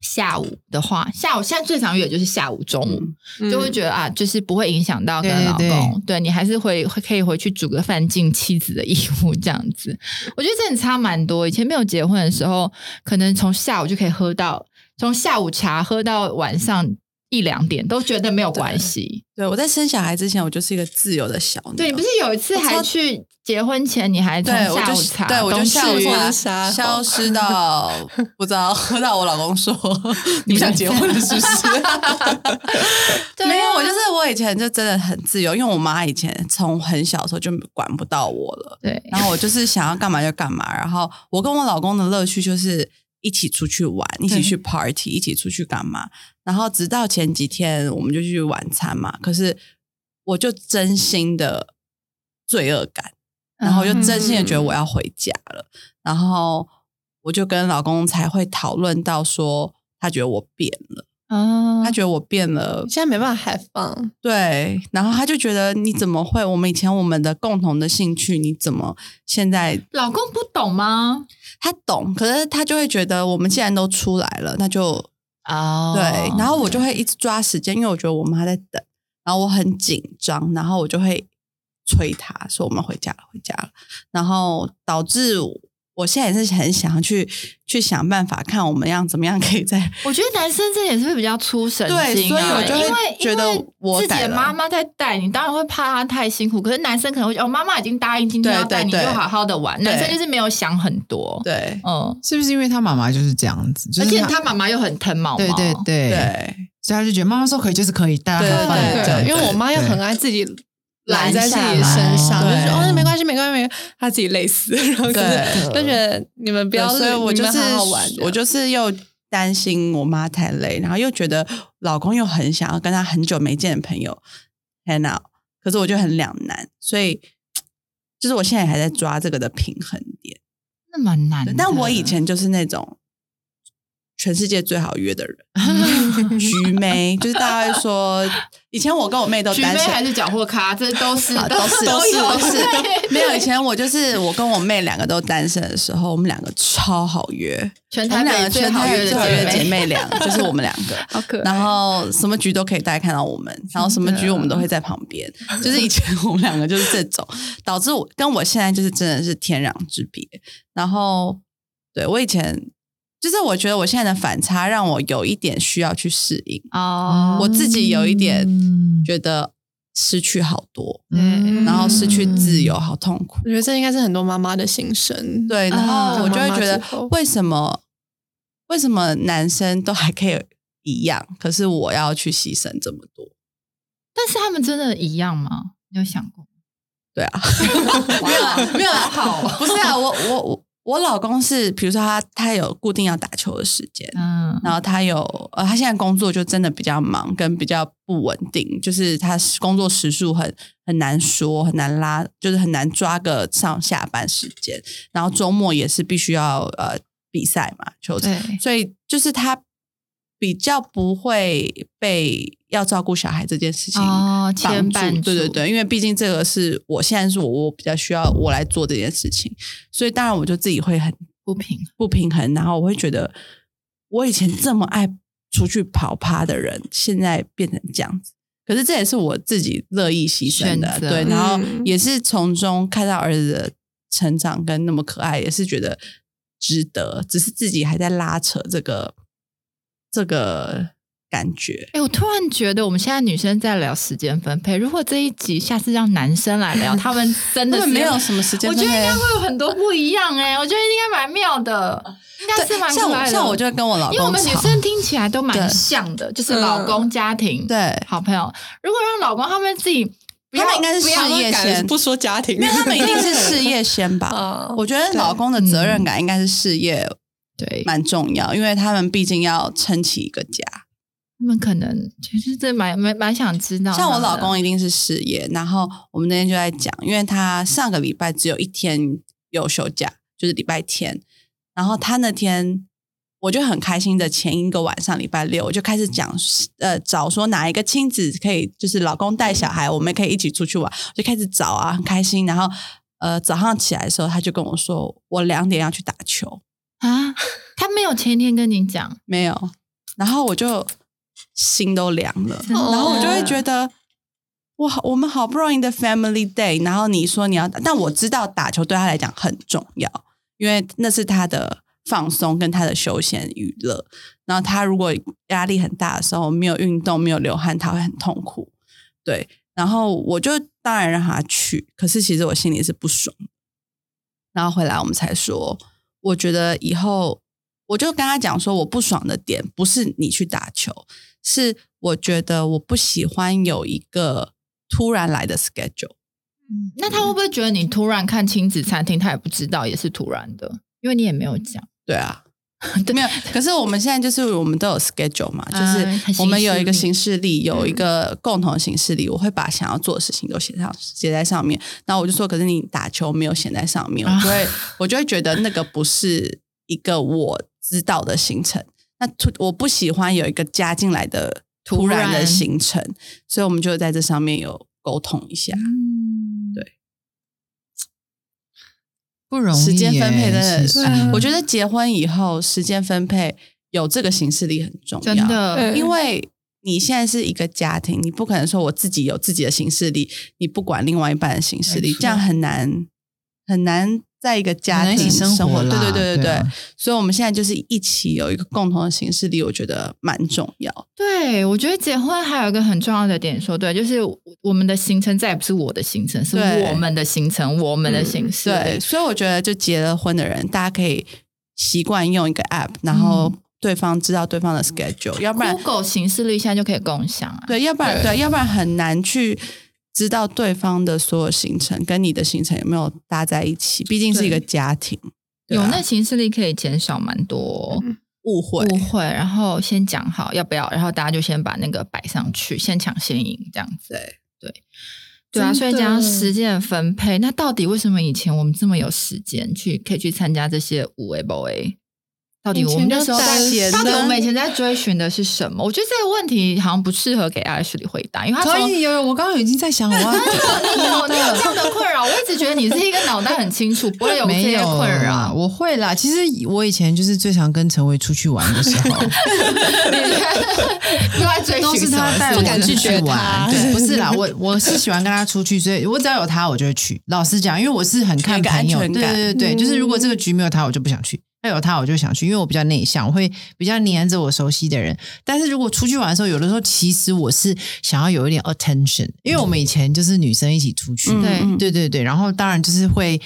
B: 下午的话，下午现在最常约就是下午、中午，就会
C: 嗯
B: 觉得啊，就是不会影响到跟老公，
D: 对对
B: 对你还是会会可以回去煮个饭尽妻子的义务这样子。我觉得真的差蛮多。以前没有结婚的时候，可能从下午就可以喝到，从下午茶喝到晚上一两点都觉得没有关系。
A: 对我在生小孩之前，我就是一个自由的小鸟。
B: 对你不是有一次
A: 我
B: 还
A: 超
B: 去结婚前，你还从
A: 对，我
B: 下午
A: 就
B: 茶
A: 对我就
B: 东
A: 下午
B: 至于
C: 婚
A: 茶
C: 纱
A: 消失到不知道， *laughs* 喝到我老公
B: *laughs*
A: 说你不想结婚了是不
B: 啊
A: 是？
B: 对啊
A: 没有，我就是我以前就真的很自由，因为我妈以前从很小的时候就管不到我了，
B: 对
A: 然后我就是想要干嘛就干嘛，然后我跟我老公的乐趣就是一起出去玩，一起去 party，一起出去干嘛，然后直到前几天我们就去晚餐嘛，可是我就真心的罪恶感。然后我就
B: 嗯啊
A: 真心的觉得我要回家了，然后我就跟老公才会讨论到说，他觉得我变了，
B: 啊
A: 他觉得我变了
C: 你，现在没办法 have fun，
A: 对，然后他就觉得你怎么会？我们以前我们的共同的兴趣，你怎么现在
B: 老公不懂吗？
A: 他懂？可是他就会觉得我们既然都出来了，那就
B: 哦
A: 对，然后我就会一直抓时间，因为我觉得我妈在等，然后我很紧张，然后我就会催她说我们回家了，回家了，然后导致我现在也是很想要去去想办法，看我们要怎么样可以在
B: 我觉得男生这点是不是比较出神经、啊？
A: 对所以我就会
B: 因为
A: 觉得
B: 因为
A: 我
B: 自己
A: 改
B: 的
A: 了
B: 妈妈在带你，当然会怕她太辛苦。可是男生可能会觉得哦，妈妈已经答应今天
A: 对
B: 要带你，就
A: 对对
B: 好好的玩。男生就是没有想很多，
A: 对
B: 嗯，
D: 是不是因为他妈妈就是这样子？就
B: 而
D: 是
B: 且
D: 她
B: 他妈妈又很疼毛毛，
D: 对对对，
A: 对
D: 所以他就觉得妈妈说可以就是可以，大家
A: 对
D: 都放
A: 对
D: 这样子
C: 因为我妈又
D: 对
C: 很爱自己
B: 懒
C: 揽在自
B: 下
C: 己身上，就
A: 来
C: 是
A: 对
C: 哦，那没关系，没关系，没关系，她自己累死，然后可是
A: 对
C: 就觉得你们不要，
A: 所以我就
C: 你
A: 是
C: 们好好玩，
A: 我就是又。担心我妈太累，然后又觉得老公又很想要跟她很久没见的朋友 hang out，可是我就很两难，所以就是我现在还在抓这个的平衡点。
B: 那蛮难
A: 对
B: 的。
A: 但我以前就是那种全世界最好约的
C: *laughs*
A: 人，菊妹，就是大家会说，以前我跟我妹都
B: 举杯
A: 单
B: 还
A: 身。
B: 是脚货咖，这都是
A: 啊 *laughs* 都是都是
B: 有
A: 都是
B: 对，
A: 没有以前我就是我跟我妹两个都单身的时候，我们两个超好约，
B: 全
A: 我们
B: 台
A: 两
B: 北
A: 个
B: 最
A: 全
B: 好
A: 台北
B: 约的
A: 最好约的姐妹
B: 妹，*laughs*
A: 俩，就是我们两个。
C: 好可爱。
A: 然后什么局都可以大家看到我们，然后什么局我们都会在旁边。
B: 嗯
A: 就是以前我们两个就是这种，导致我跟我现在就是真的是天壤之别。然后对我以前就是我觉得我现在的反差让我有一点需要去适应，
B: 哦，
A: 嗯我自己有一点
D: 嗯
A: 觉得失去好多，
D: 嗯
A: 然后失去自
B: 嗯
A: 由，好痛苦。
C: 我觉得这应该是很多妈妈的心声。
A: 对，然
B: 啊
A: 后我就会觉
C: 当妈妈之
A: 得
C: 后，
A: 为什么为什么男生都还可以一样，可是我要去牺牲这么多？
B: 但是他们真的一样吗？你有想过？
A: 对啊，没有啦，没有啦，
B: 好好
A: 不是啊，我我我我老公是，比如说他他有固定要打球的时间，
B: 嗯，
A: 然后他有呃，他现在工作就真的比较忙，跟比较不稳定，就是他工作时数很很难说，很难拉，就是很难抓个上下班时间，然后周末也是必须要呃比赛嘛，球赛，
B: 对，
A: 所以就是他比较不会被要照顾小孩这件事情
B: 哦，牵
A: 绑住
B: 绊住，
A: 对对对，因为毕竟这个是我现在是我我比较需要我来做这件事情，所以当然我就自己会很
B: 不平
A: 不平衡，然后我会觉得我以前这么爱出去跑趴的人，现在变成这样子。可是这也是我自己乐意牺牲的
B: 选，择
A: 对，然后
C: 嗯
A: 也是从中看到儿子的成长跟那么可爱，也是觉得值得，只是自己还在拉扯这个这个感觉。
B: 哎、我突然觉得我们现在女生在聊时间分配，如果这一集下次让男生来聊，他们
A: *laughs*
B: 真
A: 根
B: 的
A: 本没有
B: 是
A: 什么时间
B: 我
A: 分
B: 觉
A: 配，
B: 得应该会有很多不一样哎、我觉得应该蛮妙的，应该是蛮
A: 像
B: 可
A: 我
B: 爱的。
A: 像我就会跟我老公
B: 因为我们女
A: 吵
B: 生听起来都蛮
A: 对
B: 像的，就是老公、家庭、 *laughs*
A: 对，
B: 好朋友。如果让老公他们自己，不
A: 他
B: 要
A: 们应该是
B: 不
A: 事
B: 要
A: 业先，
C: 不说家庭，
A: 因为他们一 *laughs* 定是
B: *laughs*
A: 事业先
B: 哦
A: 吧。
C: 啊，
A: 我觉得老公的责任感应该是事业
B: 对，
A: 蛮重要，因为他们毕竟要撑起一个家。
B: 他们可能其实这蛮蛮蛮想知道。
A: 像我老，公一定是事业，然后我们那天就在讲，因为他上个礼拜只有一天有休假，就是礼拜天，然后他那天。我就很开心的前一个晚上，礼拜六我就开始讲，呃，找说哪一个亲子可以，就是老公带小孩，我们可以一起出去玩，我就开始找啊，很开心。然后，呃，早上起来的时候，他就跟我说，我两点要去打球，
B: 啊，他没有前一天跟你讲，
A: 没有，然后我就心都凉了，
B: 然
A: 然后我就会
C: 得。
A: 觉得。哇，我们好不容易的 Family Day，然后你说你要打，但我知道打球对他来讲很重要，因为那是他的放松跟他的休闲娱乐。然后他如果压力很大的时候，没有运动、没有流汗，他会很痛苦。对，然后我就当然让他去，可是其实我心里是不爽的。然后回来我们才说，我觉得以后我就跟他讲说，我不爽的点不是你去打球，是我觉得我不喜欢有一个突然来的 schedule。
B: 嗯那他会不会觉得你突然看亲子餐厅，他也不知道也是突然的，因为你也没有讲。
A: 对啊，
B: *laughs* 对
A: 没有。可是我们现在就是我们都有 schedule 嘛，就
B: 嗯
A: 是我们有一个
B: 行
A: 行事历，有一
B: 嗯
A: 个共同的行事历。我会把想要做的事情都写上写在上面。然后我就说，可是你打球没有写在上面，
B: 啊
A: 我就会我就会觉得那个不是一个我知道的行程。那突我不喜欢有一个加进来的突然
B: 突
A: 的
B: 然
A: 行程，所以我们就在这上面有沟通一下。
B: 嗯
A: 对
D: 不容易耶，
A: 时间分配真的
D: 其实
A: 是，
C: 啊
A: 我觉得结婚以后时间分配有这个形式力很重要，
B: 真，的
C: 对
A: 因为你现在是一个家庭，你不可能说我自己有自己的形式力，你不管另外一半的形式力，
B: 没错
A: 这样很难很难在一个家
D: 很难
A: 庭
D: 一起生
A: 活，
D: 活啦
A: 对对对对
D: 对啊
A: 所以我们现在就是一起有一个共同的形式力，我觉得蛮重要，
B: 对，我觉得结婚还有一个很重要的点说对，就是我们的行程再也不是我的行程，是
A: 对嗯
B: 我们的行程，我们的形式。
A: 对，，所以我觉得就结了婚的人，大家可以习惯用一个 app，然后对方知道对方的 schedule，、要不然
B: Google 形式力现在就可以共享啊。
A: 对，要不然对，要不然很难去知道对方的所有行程跟你的行程有没有搭在一起，毕竟是一个家庭，对啊
B: 有那形式力可以减少蛮多哦
A: 误会
B: 误会，然后先讲好要不要，然后大家就先把那个摆上去，先抢先赢这样子。
A: 对
B: 对对啊，所
C: 真
B: 以
C: 的
B: 讲到时间的分配，那到底为什么以前我们这么有时间去可以去参加这些五 A 五 A？到底
C: 以
B: 我
C: 前
B: 们
C: 就
B: 那时候
C: 单
B: 在，
A: 闲
B: 到底
A: 呢
B: 我们以前在追寻的是什么？我觉得这个问题好像不适合给 Ashley 回答，因为他
D: 可
B: 从
D: 以有有，我刚刚已经在想，我 *laughs* 要
B: *laughs* 你有你有这样的困扰，我一直觉得你是一个脑袋很清楚，不会有这
D: 没
B: 些
D: 有
B: 困
D: 啦，
B: 扰。
D: 我会啦。其实我以前就是最常跟陈伟出去玩的时候，
B: 你又在追
D: 都
B: 寻
D: 是
B: 什么
D: 他带
B: 事
D: 我
C: 不敢
D: 们
C: 拒绝
D: 去玩。
C: 他 *laughs*
D: 对，不是啦，我我是喜欢跟他出去，所以我只要有他，我就会去。老实讲，因为我是很看
A: 有一个
D: 朋友，
A: 安全
D: 对
A: 感
D: 对对对，
C: 嗯
D: 就是如果这个局没有他，我就不想去。那有他我就想去，因为我比较内向，我会比较黏着我熟悉的人。但是如果出去玩的时候，有的时候其实我是想要有一点 attention，因为我们以前就是女生一起出去，
A: 嗯
B: 对
A: 嗯
D: 对对对，然后当然就是会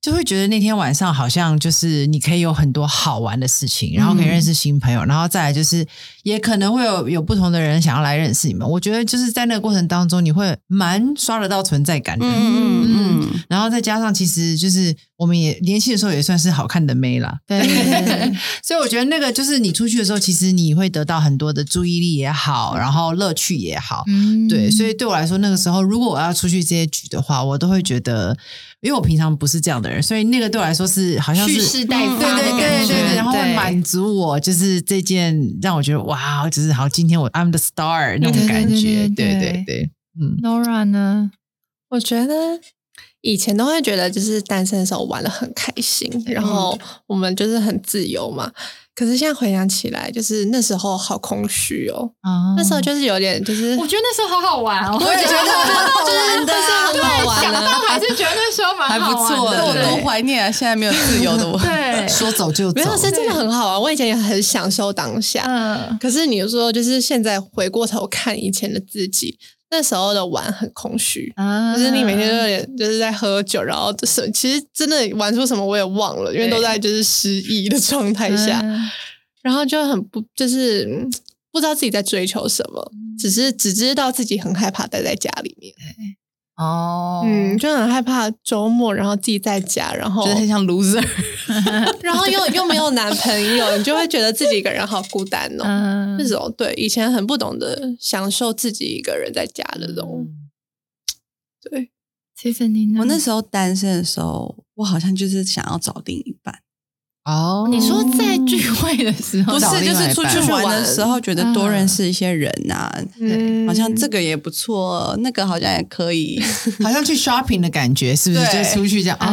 D: 就会觉得那天晚上好像就是你可以有很多好玩的事情，然后可以认识新朋友，然后再来就是也可能会有有不同的人想要来认识你们。我觉得就是在那个过程当中，你会蛮刷得到存在感的。
A: 嗯嗯嗯嗯，
D: 然后再加上，其实就是我们也年轻的时候也算是好看的妹啦，
B: 对对对对对
D: *laughs* 所以我觉得那个就是你出去的时候，其实你会得到很多的注意力也好，然后乐趣也好，
B: 嗯
D: 对，所以对我来说，那个时候如果我要出去这些局的话，我都会觉得，因为我平常不是这样的人，所以那个对我来说是好像
B: 蓄
D: 是
B: 势待发
D: 对对
B: 的
D: 对
B: 感
D: 对
B: 觉，
D: 对，然后会满足我，就是这件让我觉得哇，就是好，今天我 I'm the star 那种感
B: 对对
D: 觉，
B: 对对
D: 对对
B: 对
D: 对，嗯，
B: Nora 呢？
C: 我觉得以前都会觉得，就是单身的时候玩的很开心，然后
B: 嗯
C: 我们就是很自由嘛。可是现在回想起来，就是那时候好空虚哦，
B: 啊
C: 那时候就是有点就是
B: 我觉得那时候好好玩哦，我也觉得
C: 就是那时候很啊好玩
B: 想
C: 了。
B: 到还是觉得那时候蛮
A: 还
B: 好
A: 不
B: 玩
A: 错，
B: 的
A: 那我
B: 对
A: 多怀念啊！现在没有自由的我， *laughs*
B: 对，
D: 说走就走
C: 没，有，是真的很好玩。我以前也很享受当下，
B: 嗯，
C: 可是你说，就是现在回过头看以前的自己，那时候的玩很空虚，
D: 嗯
B: 啊
C: 就是你每天都有点就是在喝酒，然后就是其实真的玩出什么我也忘了，因为
B: 对
C: 都在就是失忆的状态下，
B: 嗯
C: 然后就很不就是嗯不知道自己在追求什么，只是只知道自己很害怕待在家里面，
B: 哦，
C: 嗯，就很害怕周末然后自己在家，然后
A: 觉得
C: *laughs*
A: 很像 loser。
C: 然后又又没有男朋友，你就会觉得自己一个人好孤单哦。
B: 嗯
C: 那种对以前很不懂得享受自己一个人在家的那种，对，嗯
B: ，Tiffany 呢？
A: 我那时候单身的时候，我好像就是想要找另一半，
D: 哦，
B: 你说在聚会的时候，
A: 不
D: 找
A: 是，
D: 另
A: 就
D: 外
A: 是
D: 一
A: 出
D: 半
A: 去玩的时候，觉得多认识一些人呐、
C: 嗯，
A: 好像这个也不错，那个好像也可
C: *laughs*
A: 以
D: 好像去 shopping 的感觉，是不是？
A: 对
D: 就出去这样啊，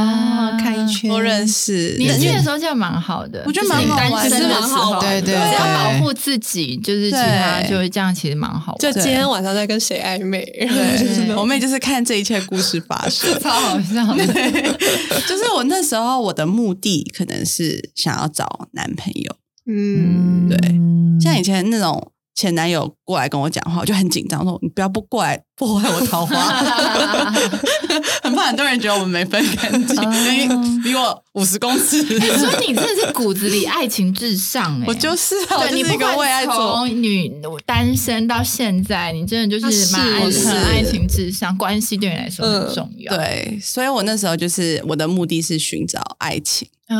B: 啊
D: 看一圈，
A: 多认识。
B: 年轻
A: 因为
B: 的时候这样蛮好的，
A: 我觉得
B: 就是你
A: 蛮好玩
B: 单身
A: 是
B: 的
A: 蛮
B: 时
C: 好
B: 候
C: 玩
D: 的
B: 只
D: 对
B: 要
D: 对
B: 保护自己，就是其他
A: 对
B: 就是这样，其实蛮好玩
C: 就
B: 的，
C: 今天晚上在跟谁暧昧，然后就是那
A: 对，
C: 种
A: 我妹就是看这一切故事发生。 *laughs*
B: 超好笑的。
A: 就是我那时候我的目的可能是想要找男朋友，
C: 嗯，
A: 对
D: 嗯
A: 像以前那种前男友过来跟我讲话，我就很紧张，说你不要不过来破坏我桃花， *laughs* 很怕很多人觉得我们没分干净，
B: 哦
A: 因为比我五十公尺，
B: *laughs* 所以你真的是骨子里爱情至上哎，
A: 我就是啊，我
B: 对
A: 就
B: 你
A: 是
B: 不
A: 一个为爱
B: 管
A: 做。
B: 从女单身到现在，你真的就是蛮爱
A: 啊是
B: 很爱
A: 是
B: 情至上，关系对你来说很
C: 嗯
B: 重要。
A: 对，所以我那时候就是我的目的是寻找爱情，
B: 啊，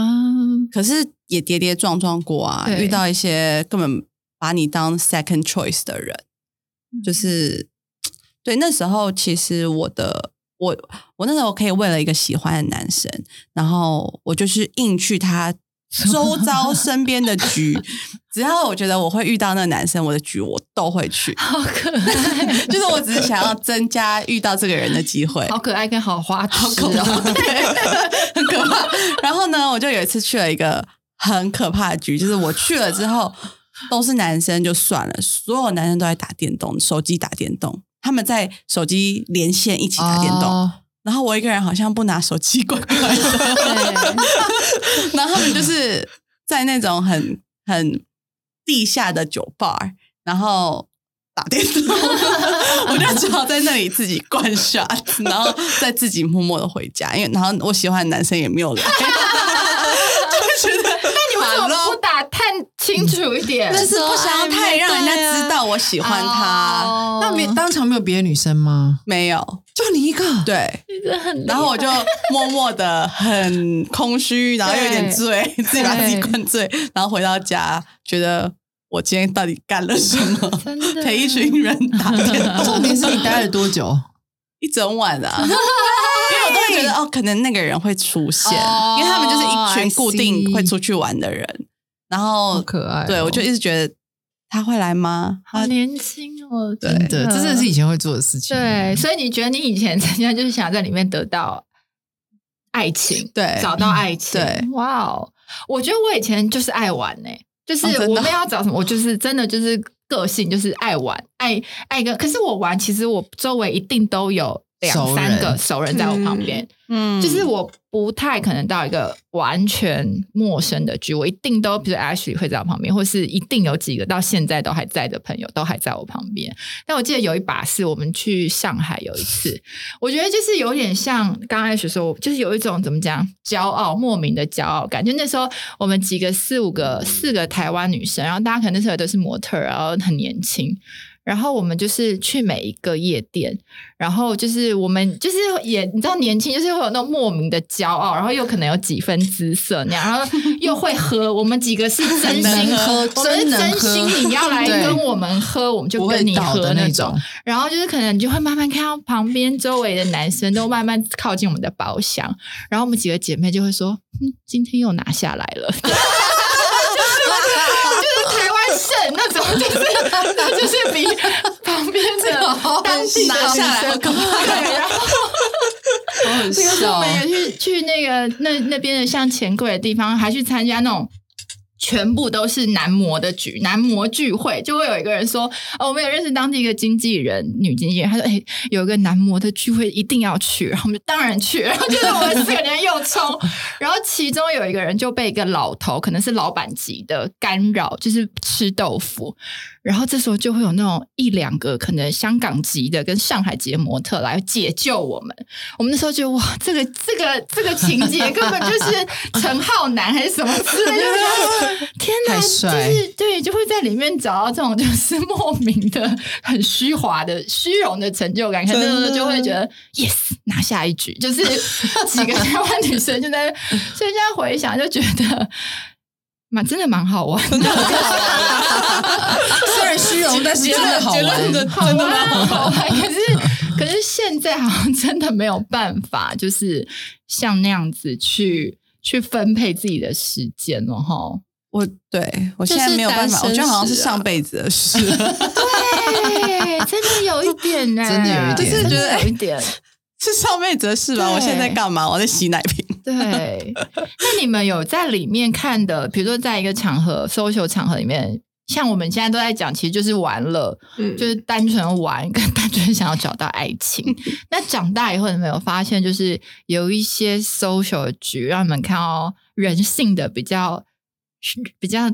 A: 可是也跌跌撞撞过啊，
B: 对，
A: 遇到一些根本把你当 second choice 的人，就是对那时候，其实我的我我那时候可以为了一个喜欢的男生，然后我就是硬去他周遭身边的局，只要我觉得我会遇到那个男生，我的局我都会去 *laughs*
B: 好可爱，
A: 就是我只是想要增加遇到这个人的机会。
B: 好可爱跟好花痴哦，
A: *laughs* 对，很可怕。然后呢，我就有一次去了一个很可怕的局，就是我去了之后都是男生就算了，所有男生都在打电动，手机打电动，他们在手机连线一起打电动，
D: 哦
B: 嗯
A: 然后我一个人好像不拿手机，怪怪的。然后他们就是在那种很很地下的酒吧，然后打电动， *laughs* 我就只好在那里自己灌下，然后再自己默默的回家，因为然后我喜欢的男生也没有来，就觉得
B: 你为什
A: 马
B: 么
A: 路
B: 不打探清楚一点？
A: 但是不想要太让人家知道我喜欢他，
B: 哦
D: 那没当场没有别的女生吗？
A: 没有
D: 就你一个，
A: 对。
B: 你真的很
A: 然后我就默默的很空虚，然后又有点醉，自己把自己灌醉，然后回到家，觉得我今天到底干了什么？
B: 真的
A: 陪一群人打电
D: 啊重
A: 动
D: *laughs* 点是你待了多久？
A: 一整晚啊，因为我都会觉得哦，可能那个人会出现，
B: 哦
A: 因为他们就是一
D: I
A: 群
D: see
A: 固定会出去玩的人，然
D: 好
A: 后
D: 可爱哦
A: 对我就一直觉得他会来吗？
B: 好
A: 他
B: 年轻哦，
A: 对
D: 真的，这真的是以前会做的事情。
B: 对，所以你觉得你以前参加就是想在里面得到爱情，
A: 对
B: 找到爱情，
A: 对，
B: 哇哦！我觉得我以前就是爱玩呢、就是
A: 哦真的
B: 我
A: 哦
B: 们要找什么，我就是真的就是个性就是爱玩，爱爱跟。可是我玩，其实我周围一定都有两
D: 熟
B: 三个
D: 人
B: 熟人在我旁边，
A: 嗯
B: 就是我不太可能到一个完全陌生的局，我一定都比如 Ashley 会在我旁边，或是一定有几个到现在都还在的朋友都还在我旁边。但我记得有一把是我们去上海有一次，我觉得就是有点像刚刚 Ashley 说，就是有一种怎么讲骄傲，莫名的骄傲感。就那时候我们几个四五个四个台湾女生，然后大家可能那时候也都是模特儿，然后很年轻。然后我们就是去每一个夜店，然后就是我们就是也你知道年轻就是会有那种莫名的骄傲，然后又可能有几分姿色那样，然后又会喝。我们几个
D: *laughs*
B: 是真心喝，我们是
D: 真能
B: 真
D: 喝
B: 心你要来
D: *laughs* 对
B: 跟我们喝，我们就
D: 不会
B: 跟你
D: 倒
B: 喝
D: 的
B: 那
D: 那
B: 种
D: 种。。
B: 然后就是可能你就会慢慢看到旁边周围的男生都慢慢靠近我们的包厢，然后我们几个姐妹就会说：“嗯，今天又拿下来了。” *laughs* 就是就是台湾省那种，就是就是比旁边的当地的
A: 拿下来
B: 女
A: 好
B: 生
A: 可
B: 对，然后
D: 很
B: 比如说我们也去去那个那那边的像钱柜的地方，还去参加那种。全部都是男模的局，男模聚会就会有一个人说：“哦，我们有认识当地一个经纪人，女经纪人，她说：‘哎、有一个男模的聚会一定要去。’然后我们就当然去，然后就是我们四个人又冲，然后其中有一个人就被一个老头，可能是老板级的干扰，就是吃豆腐，然后这时候就会有那种一两个可能香港籍的跟上海籍的模特来解救我们。我们那时候觉得哇，这个这个这个情节根本就是陈浩南还是什么之类的，就是 *laughs* 天哪，
D: 太
B: 就
D: 帅
B: 是对，就会在里面找到这种就是莫名的很虚华的虚荣的成就感。可能那时候就会觉得 yes 拿下一局，就是几个台湾女生就在， *laughs* 所以现在回想就觉得。蛮真的蛮好玩的，
D: 虽然虚荣，但是真的好
A: 结论
D: 玩。
A: 的
B: 好玩啊，好玩。 *laughs* 可是，可是现在好像真的没有办法，就是像那样子去去分配自己的时间哦，哈。
A: 我对我现在没有办法，
C: 就是单身
A: 我觉得好像是
C: 时啊
A: 上辈子的事。
B: 对，哎真的有一点 *laughs* 呢、
D: 真的有一点
A: 就是觉得
B: 有一点。
A: 是上辈子的事吧？
B: 对
A: 我现在干嘛？我在洗奶瓶。
B: 对，那你们有在里面看的，比如说在一个场合、social 场合里面，像我们现在都在讲，其实就是玩乐，
C: 嗯
B: 就是单纯玩，跟单纯想要找到爱情。那长大以后，你们有发现，就是有一些 social 的局，让你们看到人性的比较比较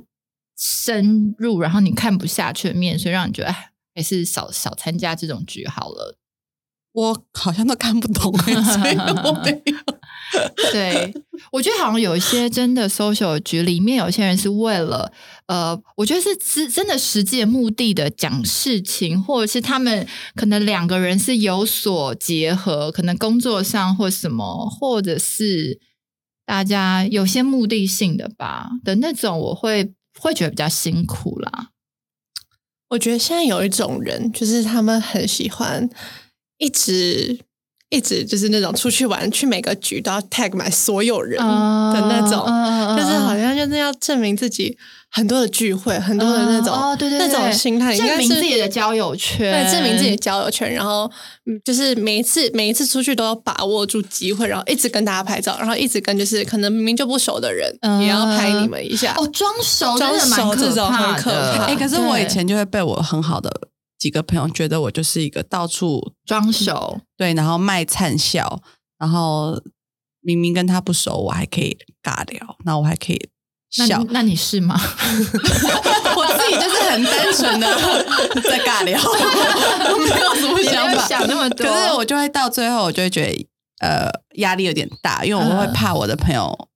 B: 深入，然后你看不下去的面，所以让你觉得哎还是少少参加这种局好了。
A: 我好像都看不懂、欸，所以我没有。
B: *laughs* 对，我觉得好像有一些真的 social 局里面，有些人是为了呃，我觉得是真真的实际的目的的讲事情，或者是他们可能两个人是有所结合，可能工作上或什么，或者是大家有些目的性的吧的那种，我会会觉得比较辛苦啦。
C: 我觉得现在有一种人，就是他们很喜欢一直一直就是那种出去玩，去每个局都要 tag 满所有人的那种，
B: 嗯
C: 就是好
B: 嗯
C: 像就是要证明自己很多的聚会，很多的那种、
B: 哦对对对
C: 那种心态，应
B: 证
C: 该
B: 明
C: 是
B: 自己的交友圈，
C: 对，证明自己的交友圈，然后嗯就是每一次每一次出去都要把握住机会，然后一直跟大家拍照，然后一直跟就是可能明明就不熟的人、
B: 嗯
C: 也要拍你们一下。
B: 哦，装熟真
C: 装
B: 的蛮
C: 熟这
B: 可
C: 种
B: 怕
C: 很可
B: 的。
C: 怕
A: *laughs* 哎、可是我以
B: 对
A: 前就会被我很好的几个朋友觉得我就是一个到处
B: 装熟，
A: 对，然后卖灿笑，然后明明跟他不熟，我还可以尬聊，那我还可以
B: 那
A: 笑
B: *laughs* 你。那你是吗？
A: 我自己就是很单纯的
B: *laughs*
A: 在尬聊，我没有什么想
B: 没有
A: 法。
B: 想那么多，
A: 可是我就会到最后，我就会觉得呃压力有点大，因为我会
B: 嗯
A: 怕我的朋友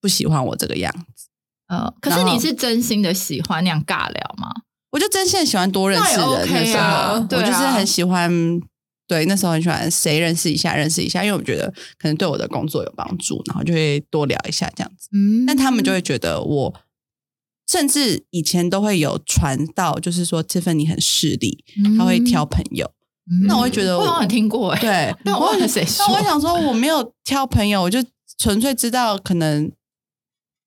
A: 不喜欢我这个样子。
B: 呃，可是
A: 然后
B: 你是真心的喜欢那样尬聊吗？
A: 我就真心喜欢多认识人，
B: 那也 OK 啊
A: 那时候
B: 对啊
A: 我就是很喜欢。对，那时候很喜欢谁认识一下，认识一下，因为我觉得可能对我的工作有帮助，然后就会多聊一下这样子。
B: 嗯
A: 但他们就会觉得我，甚至以前都会有传到，就是说 Tiffany 很势利，他会挑，朋友。
B: 嗯
A: 那我会觉得
B: 我
A: 我
B: 好像听过哎， *laughs*
A: 对，
B: 但我忘了谁说
A: 但欸我想说，我没有挑朋友，我就纯粹知道可能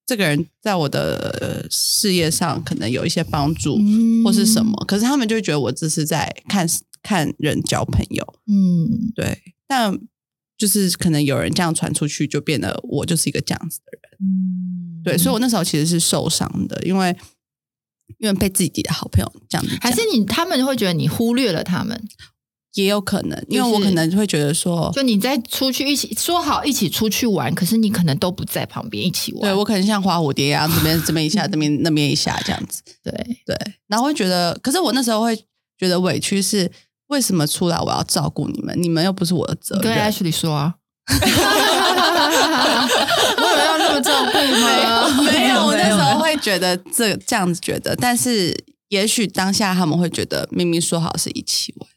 A: 这个人在我的呃事业上可能有一些帮助，
B: 嗯
A: 或是什么。可是他们就会觉得我只是在看看人交朋友，
B: 嗯，
A: 对。但就是可能有人这样传出去，就变得我就是一个这样子的人，
B: 嗯
A: 对。所以我那时候其实是受伤的，因为因为被自己的好朋友这样子讲，
B: 还是你他们会觉得你忽略了他们，
A: 也有可能，因为
B: 就是
A: 我可能会觉得说，
B: 就你在出去一起说好一起出去玩，可是你可能都不在旁边一起玩，
A: 对我可能像花蝴蝶一样，这边这边一下，这边那边一下这 *laughs* 样子。
B: 对
A: 对，然后会觉得，可是我那时候会觉得委屈是。为什么出来我要照顾你们？你们又不是我的责
B: 你跟
A: 任。
B: Ashley 说 *laughs* 啊。我有要那么照顾
A: *laughs*
B: 吗？
A: 没有，我那时候
B: 没有
A: 会觉得这这样子觉得，但是也许当下他们会觉得，明明说好是一起玩。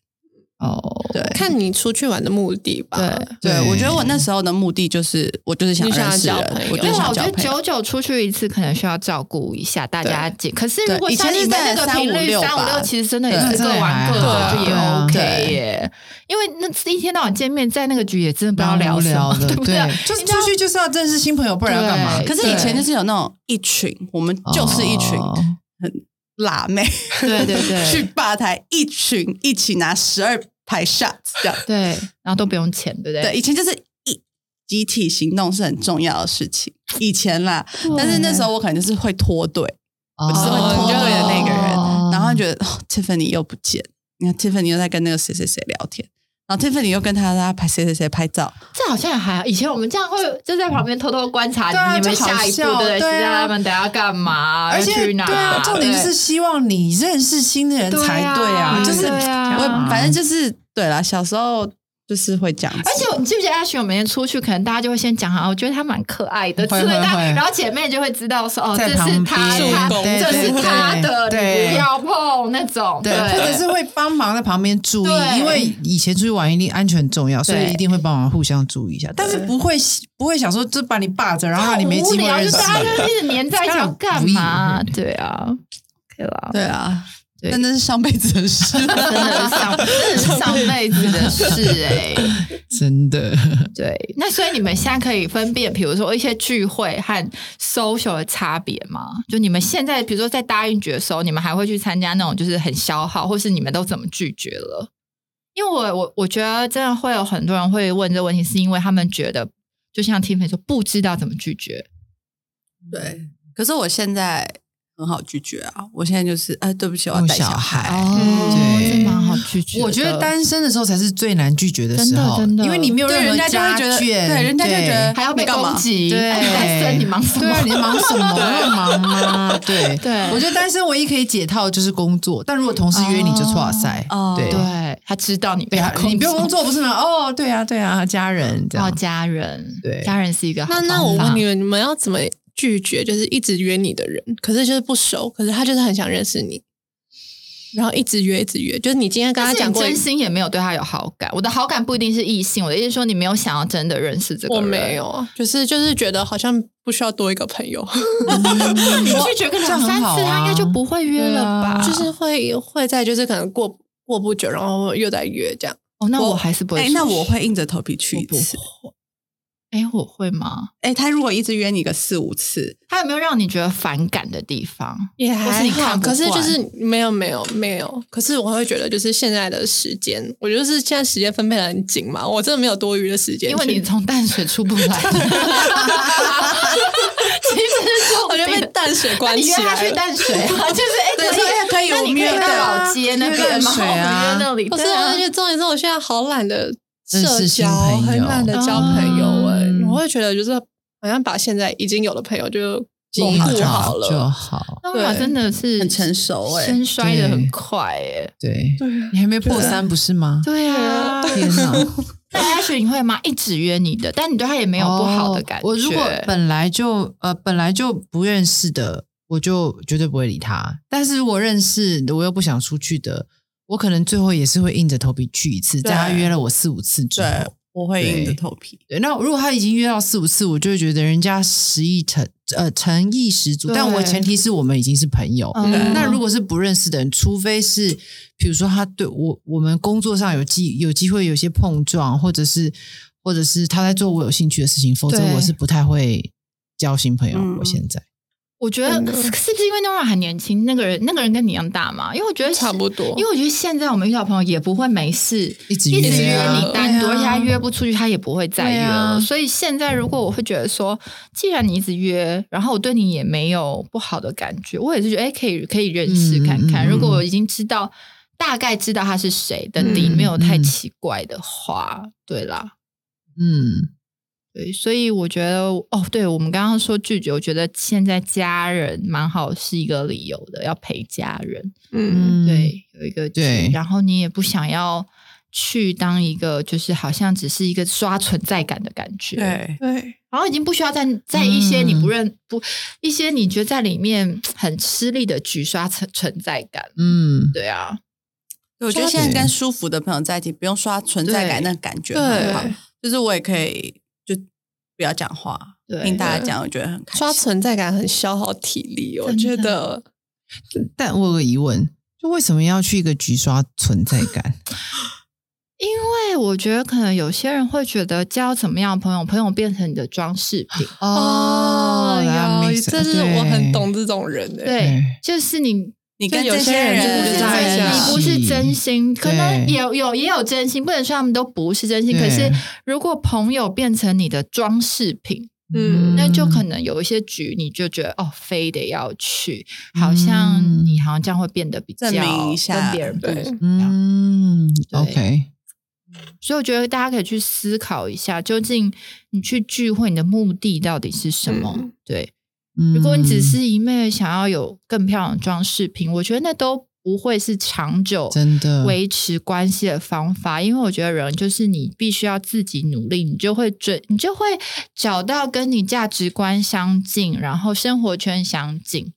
B: 哦，
A: 对，
C: 看你出去玩的目的吧。
B: 对
A: 对
D: 对
A: 我觉得我那时候的目的就是，我就是想
C: 你想
A: 认识
C: 交
A: 人
C: 朋，友
A: 我就
B: 对
A: 是
B: 啊，
A: 想
B: 我觉
A: 交
B: 得
A: 朋友。
B: 久久出去一次，可能需要照顾一下大家姐。可是如果
A: 对以前
B: 像你
A: 是
B: 们
A: 在
B: 那个频率
A: 356
B: 三五
A: 吧
B: 六，其实真的也
A: 对
B: 是各玩各
D: 这
C: 还好
B: 的，就也
C: 对
D: 啊
B: OK
A: 对
B: 耶。因为那次一天到晚见面，在那个局也真的不知道
D: 蛮
B: 聊
D: 无
B: 什
D: 聊
B: 么，*laughs*
D: 的，
B: 对不对？
D: 就是出去就是要认识新朋友，不然要干嘛
B: 对？
A: 可是以前就是有那种一群，我们就是一群
D: 哦
A: 辣妹，
B: 对对对
A: *laughs* 去吧台一群一起拿十二排 shots 这样。
B: 对，然后都不用钱，对不对？
A: 对，以前就是一集体行动是很重要的事情，以前啦，
B: 对
A: 但是那时候我可能就是会脱队，
D: 我
A: 就是会脱队的那个人，
B: 哦
A: 然后觉得、哦、Tiffany 又不见，你看 Tiffany 又在跟那个谁谁谁聊天，然后 Tiffany 又跟他他拍谁谁谁拍照，
B: 这好像也还好。以前我们这样会就在旁边偷偷观察
D: 对啊
B: 你们
D: 就好
B: 下一步，对
D: 笑
B: 不对？
D: 对啊
B: 是他们等下干嘛？
D: 而且
B: 要去哪？
D: 对啊，重点就是希望你认识新的人
B: 对
D: 才对啊，
B: 对啊
D: 就是
B: 对啊
A: 我
B: 嗯
A: 反正就是对啦，小时候就是会这样子，
B: 而且你记不记得 Ash 我们每天出去，可能大家就会先讲好，我觉得她蛮可爱的，
D: 会
B: 之类的
D: 会会
B: 然后姐妹就会知道说，哦，这
D: 在
B: 是
D: 旁
B: 她，
D: 边
B: 她
C: 助攻
B: 这是她的，
D: 对对对
B: 你不要碰那种，
D: 对，或者是会帮忙在旁边注意，
B: 对
D: 因为以前出去玩一定安全很重要，所以
B: 对
D: 一定会帮忙互相注意一下，但是不会不会想说就把你霸着，然后让你没
B: 无
D: 机会
B: 聊，
D: 认
B: 就
D: 识
B: 大家
D: 人。
B: 就一直黏在一起要干嘛？对啊，OK 啦，
A: 对啊，
B: 对
A: 但那是上辈子的事，
B: 真的是上，真的是上辈子的事哎、
D: 真的。
B: 对， *laughs* 那所以你们现在可以分辨，比如说一些聚会和 social 的差别吗？就你们现在，比如说在答应局的时候，你们还会去参加那种就是很消耗，或是你们都怎么拒绝了？因为我我我觉得真的会有很多人会问这个问题，是因为他们觉得，就像 Tiffany 说，不知道怎么拒绝。
A: 对，可是我现在很好拒绝啊，我现在就是哎，对不起，我要
D: 有
A: 带
D: 小
A: 孩。
D: 孩
B: 对，
D: 对
B: 这蛮好拒绝的。
D: 我觉得单身的时候才是最难拒绝的时候，
B: 真的真的
D: 因为你没有
A: 对，
D: 任
A: 人
D: 何
A: 家就会
D: 家
A: 觉得，
D: 眷，
A: 对，人家就会觉得
B: 还要被
A: 你干
B: 攻
A: 嘛？
B: 击， *laughs*
D: 对
B: 单身你忙什么？
D: 对啊，你忙
B: *laughs*
D: 什么？要忙啊吗？对
B: 对
D: *laughs* 我觉得单身唯一可以解套就是工作，但如果同事约你就错塞，
A: 哦
D: 对
B: 对，他知道你被
D: 对啊
B: 他，控
D: 你不用
B: 制
D: 工作不是吗？哦，对啊，对啊，家人这
B: 哦，
D: 样，
B: 家人，
D: 对
B: 家人是一个好啊
C: 那那
B: 方
C: 我
B: 法
C: 问你们，你们要怎么拒绝？就是一直约你的人，可是就是不熟，可是他就是很想认识你，然后一直约，一直约，就是你今天跟
B: 但
C: 他
B: 是
C: 讲
B: 你
C: 过，
B: 真心也没有对他有好感。我的好感不一定是异性，我的意思是说你没有想要真的认识这个
C: 我
B: 人。
C: 没，有啊，就是就是觉得好像不需要多一个朋友，
B: 你拒绝个
D: 这样
B: 两
D: 很
B: 三
D: 好
B: 次，他应该
D: 啊
B: 就不会约了吧？
C: 就是会会在就是可能过过不久，然后又在约这样。
B: 哦，那
A: 我
B: 我还是不会
A: 哎
B: 出，去。
A: 那我会硬着头皮去
B: 我
A: 一
B: 不
A: 次。
B: 会。哎，我会吗？
A: 哎，他如果一直约你个四五次，
B: 他有没有让你觉得反感的地方？
C: 也
B: 或是
C: 还
B: 你
C: 好，
B: 看不
C: 可是就
B: 惯
C: 是没有没有没有，可是我会觉得就是现在的时间，我就是现在时间分配的很紧嘛，我真的没有多余的时间
B: 因
C: 去，
B: 为你从淡水出不来，其实是重
C: 我就被
B: 点
C: 淡水
B: 那
C: 关
B: 你
C: 起
B: 约
C: 来
B: 他去
C: 了
B: 淡水啊，就是哎，
A: 对
B: 可以
A: 说哎可以
B: 那
A: 我
B: 你
A: 们
B: 可以
A: 约
B: 到
A: 淡
B: 老街那
D: 约
B: 边
D: 淡
B: 吗？
D: 水
B: 我们
D: 啊
B: 约那里，
C: 不是，
B: 对啊
C: 我就觉得重点是我现在好懒的
D: 认识
C: 社
D: 新
C: 交，
D: 朋
C: 很
D: 友
C: 懒的交朋友哎、
B: 嗯
C: 我会觉得就是好像把现在已经有的朋友就
D: 经营
C: 巩固
D: 好
C: 了，
D: 就好。
B: 当然
C: 对
B: 真的是
A: 很成熟哎
B: 先摔的很快哎。
D: 对，
C: 对啊
D: 你还没破三不是吗？
B: 对啊，
D: 天哪，
B: 那 Ash 你会吗？一直约你的，但你对他也没有不好的感觉。嗯
D: 哦我如果本来就呃本来就不认识的，我就绝对不会理他。但是如果认识我又不想出去的，我可能最后也是会硬着头皮去一次，
A: 对
D: 在他约了我四五次之
A: 对
D: 后。
A: 我会
D: 对
A: 硬着头皮。
D: 对，那如果他已经约到四五次，我就会觉得人家十意诚呃诚意十足，
B: 对
D: 但我前提是我们已经是朋友。
A: 啊
B: 嗯
D: 那如果是不认识的人，除非是比如说他对我我们工作上有机有机会有些碰撞，或者是或者是他在做我有兴趣的事情，否则
B: 对
D: 我是不太会交新朋友。
A: 嗯
D: 我现在
B: 我觉得
C: 真
B: 是
C: 的
B: 不是因为 Nora 还年轻，那个人那个人跟你一样大嘛？因为我觉得
C: 差不多
B: 因为我觉得现在我们遇到朋友也不会没事
D: 一直
B: 一直
D: 约
B: 约
D: 啊
B: 你单独，
A: 对啊
B: 而且他约不出去，他也不会再约了。
D: 对啊
B: 所以现在如果我会觉得说，既然你一直约，然后我对你也没有不好的感觉，我也是觉得哎、诶可以可以认识看看。
D: 嗯嗯嗯
B: 如果我已经知道大概知道他是谁的底，
C: 嗯
B: 没有太
D: 嗯
B: 奇怪的话，对啦。
D: 嗯，
B: 对，所以我觉得，哦，对我们刚刚说拒绝，我觉得现在家人蛮好，是一个理由的，要陪家人。
C: 嗯，
B: 对，有一个
D: 对
B: 去然后你也不想要去当一个，就是好像只是一个刷存在感的感觉。，
A: 对，
C: 对，
B: 然后已经不需要在在一些你
D: 嗯
B: 不认、不一些你觉得在里面很吃力的局刷存存在感。
D: 嗯，
B: 对啊，
A: 我觉得
C: 刷
A: 现在
D: 存
A: 跟舒服的朋友在一起，不用刷存在感，
B: 对
A: 那感觉
C: 对
A: 很好。就是我也可以就不要讲话，
B: 对
A: 听大家讲，我觉得很开
C: 刷
A: 心。
C: 存在感很消耗体力，我
B: 真
C: 觉
B: 的
C: 得
D: 但我有个疑问，就为什么要去一个局刷存在
B: *laughs*
D: 感？
B: 因为我觉得可能有些人会觉得交怎么样的朋友，朋友变成你的装饰品。
D: 哦
C: 呀，
D: 那 makes-
C: 这是我很
D: 对
C: 懂这种人的、
B: 对，就是你
A: 你
C: 就
A: 跟
C: 有
A: 这
C: 些人
A: 人
C: 真
B: 不
C: 的
B: 是
C: 就在
B: 真
C: 一
B: 心，
C: 起
B: 你不是真心，可能
D: 嗯对
B: 也有也有真心，不能说他们都不是真心。
D: 对
B: 可是如果朋友变成你的装饰品，
C: 嗯
B: 那就可能有一些局，你就觉得哦，非得要去，好像
D: 嗯
B: 你好像这样会变得比较
A: 证明一下
B: 跟别人不
C: 对
B: 一样。
D: 嗯
B: 对
D: ，OK，
B: 所以我觉得大家可以去思考一下，究竟你去聚会你的目的到底是什么？
C: 嗯
B: 对，
D: 嗯
B: 如果你只是一昧地想要有更漂亮的装饰品，我觉得那都不会是长久
D: 真的
B: 维持关系的方法，因为我觉得人就是你必须要自己努力，你就会准，你就会找到跟你价值观相近，然后生活圈相近，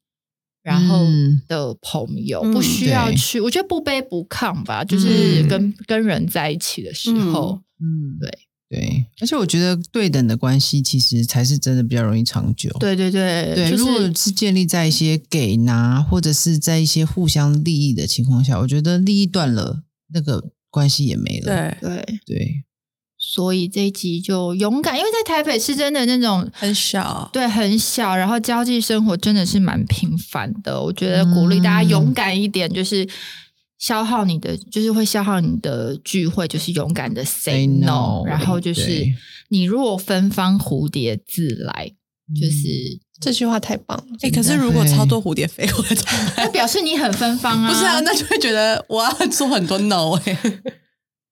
B: 然后
D: 嗯
B: 的朋友，
C: 嗯
B: 不需要
D: 对
B: 去，我觉得不卑不亢吧，就是
C: 嗯
B: 跟、跟人在一起的时候，
D: 嗯
B: 对
D: 对，而且我觉得对等的关系其实才是真的比较容易长久。
B: 对对对，
D: 对，
B: 就是、
D: 如果是建立在一些给拿或者是在一些互相利益的情况下，我觉得利益断了，那个关系也没了。
A: 对，
B: 对，
D: 对
B: 所以这一集就勇敢，因为在台北是真的那种
A: 很小，
B: 对很小，然后交际生活真的是蛮平凡的。我觉得鼓励大家
D: 嗯
B: 勇敢一点，就是消耗你的，就是会消耗你的聚会，就是勇敢的 say no，然后就是
D: 哎对
B: 你若芬芳蝴蝶自来，
D: 嗯
B: 就是
C: 这句话太棒了，
A: 哎、可是如果超多蝴蝶飞 *laughs* 过来，
B: 那表示你很芬芳啊，
A: 不是啊，那就会觉得我要做很多 no 哎、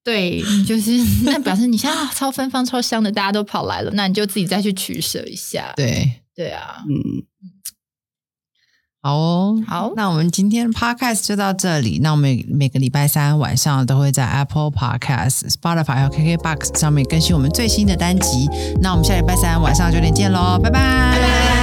B: 对，就是那表示你现在啊超芬芳、超香的，大家都跑来了，那你就自己再去取舍一下。
D: 对。
B: 对啊，
A: 嗯，
D: 好哦，
B: 好
D: 那我们今天 podcast 就到这里。那我们每个礼拜三晚上都会在 Apple Podcast、Spotify 和 KKBox 上面更新我们最新的单集。那我们下礼拜三晚上九点见喽，拜拜。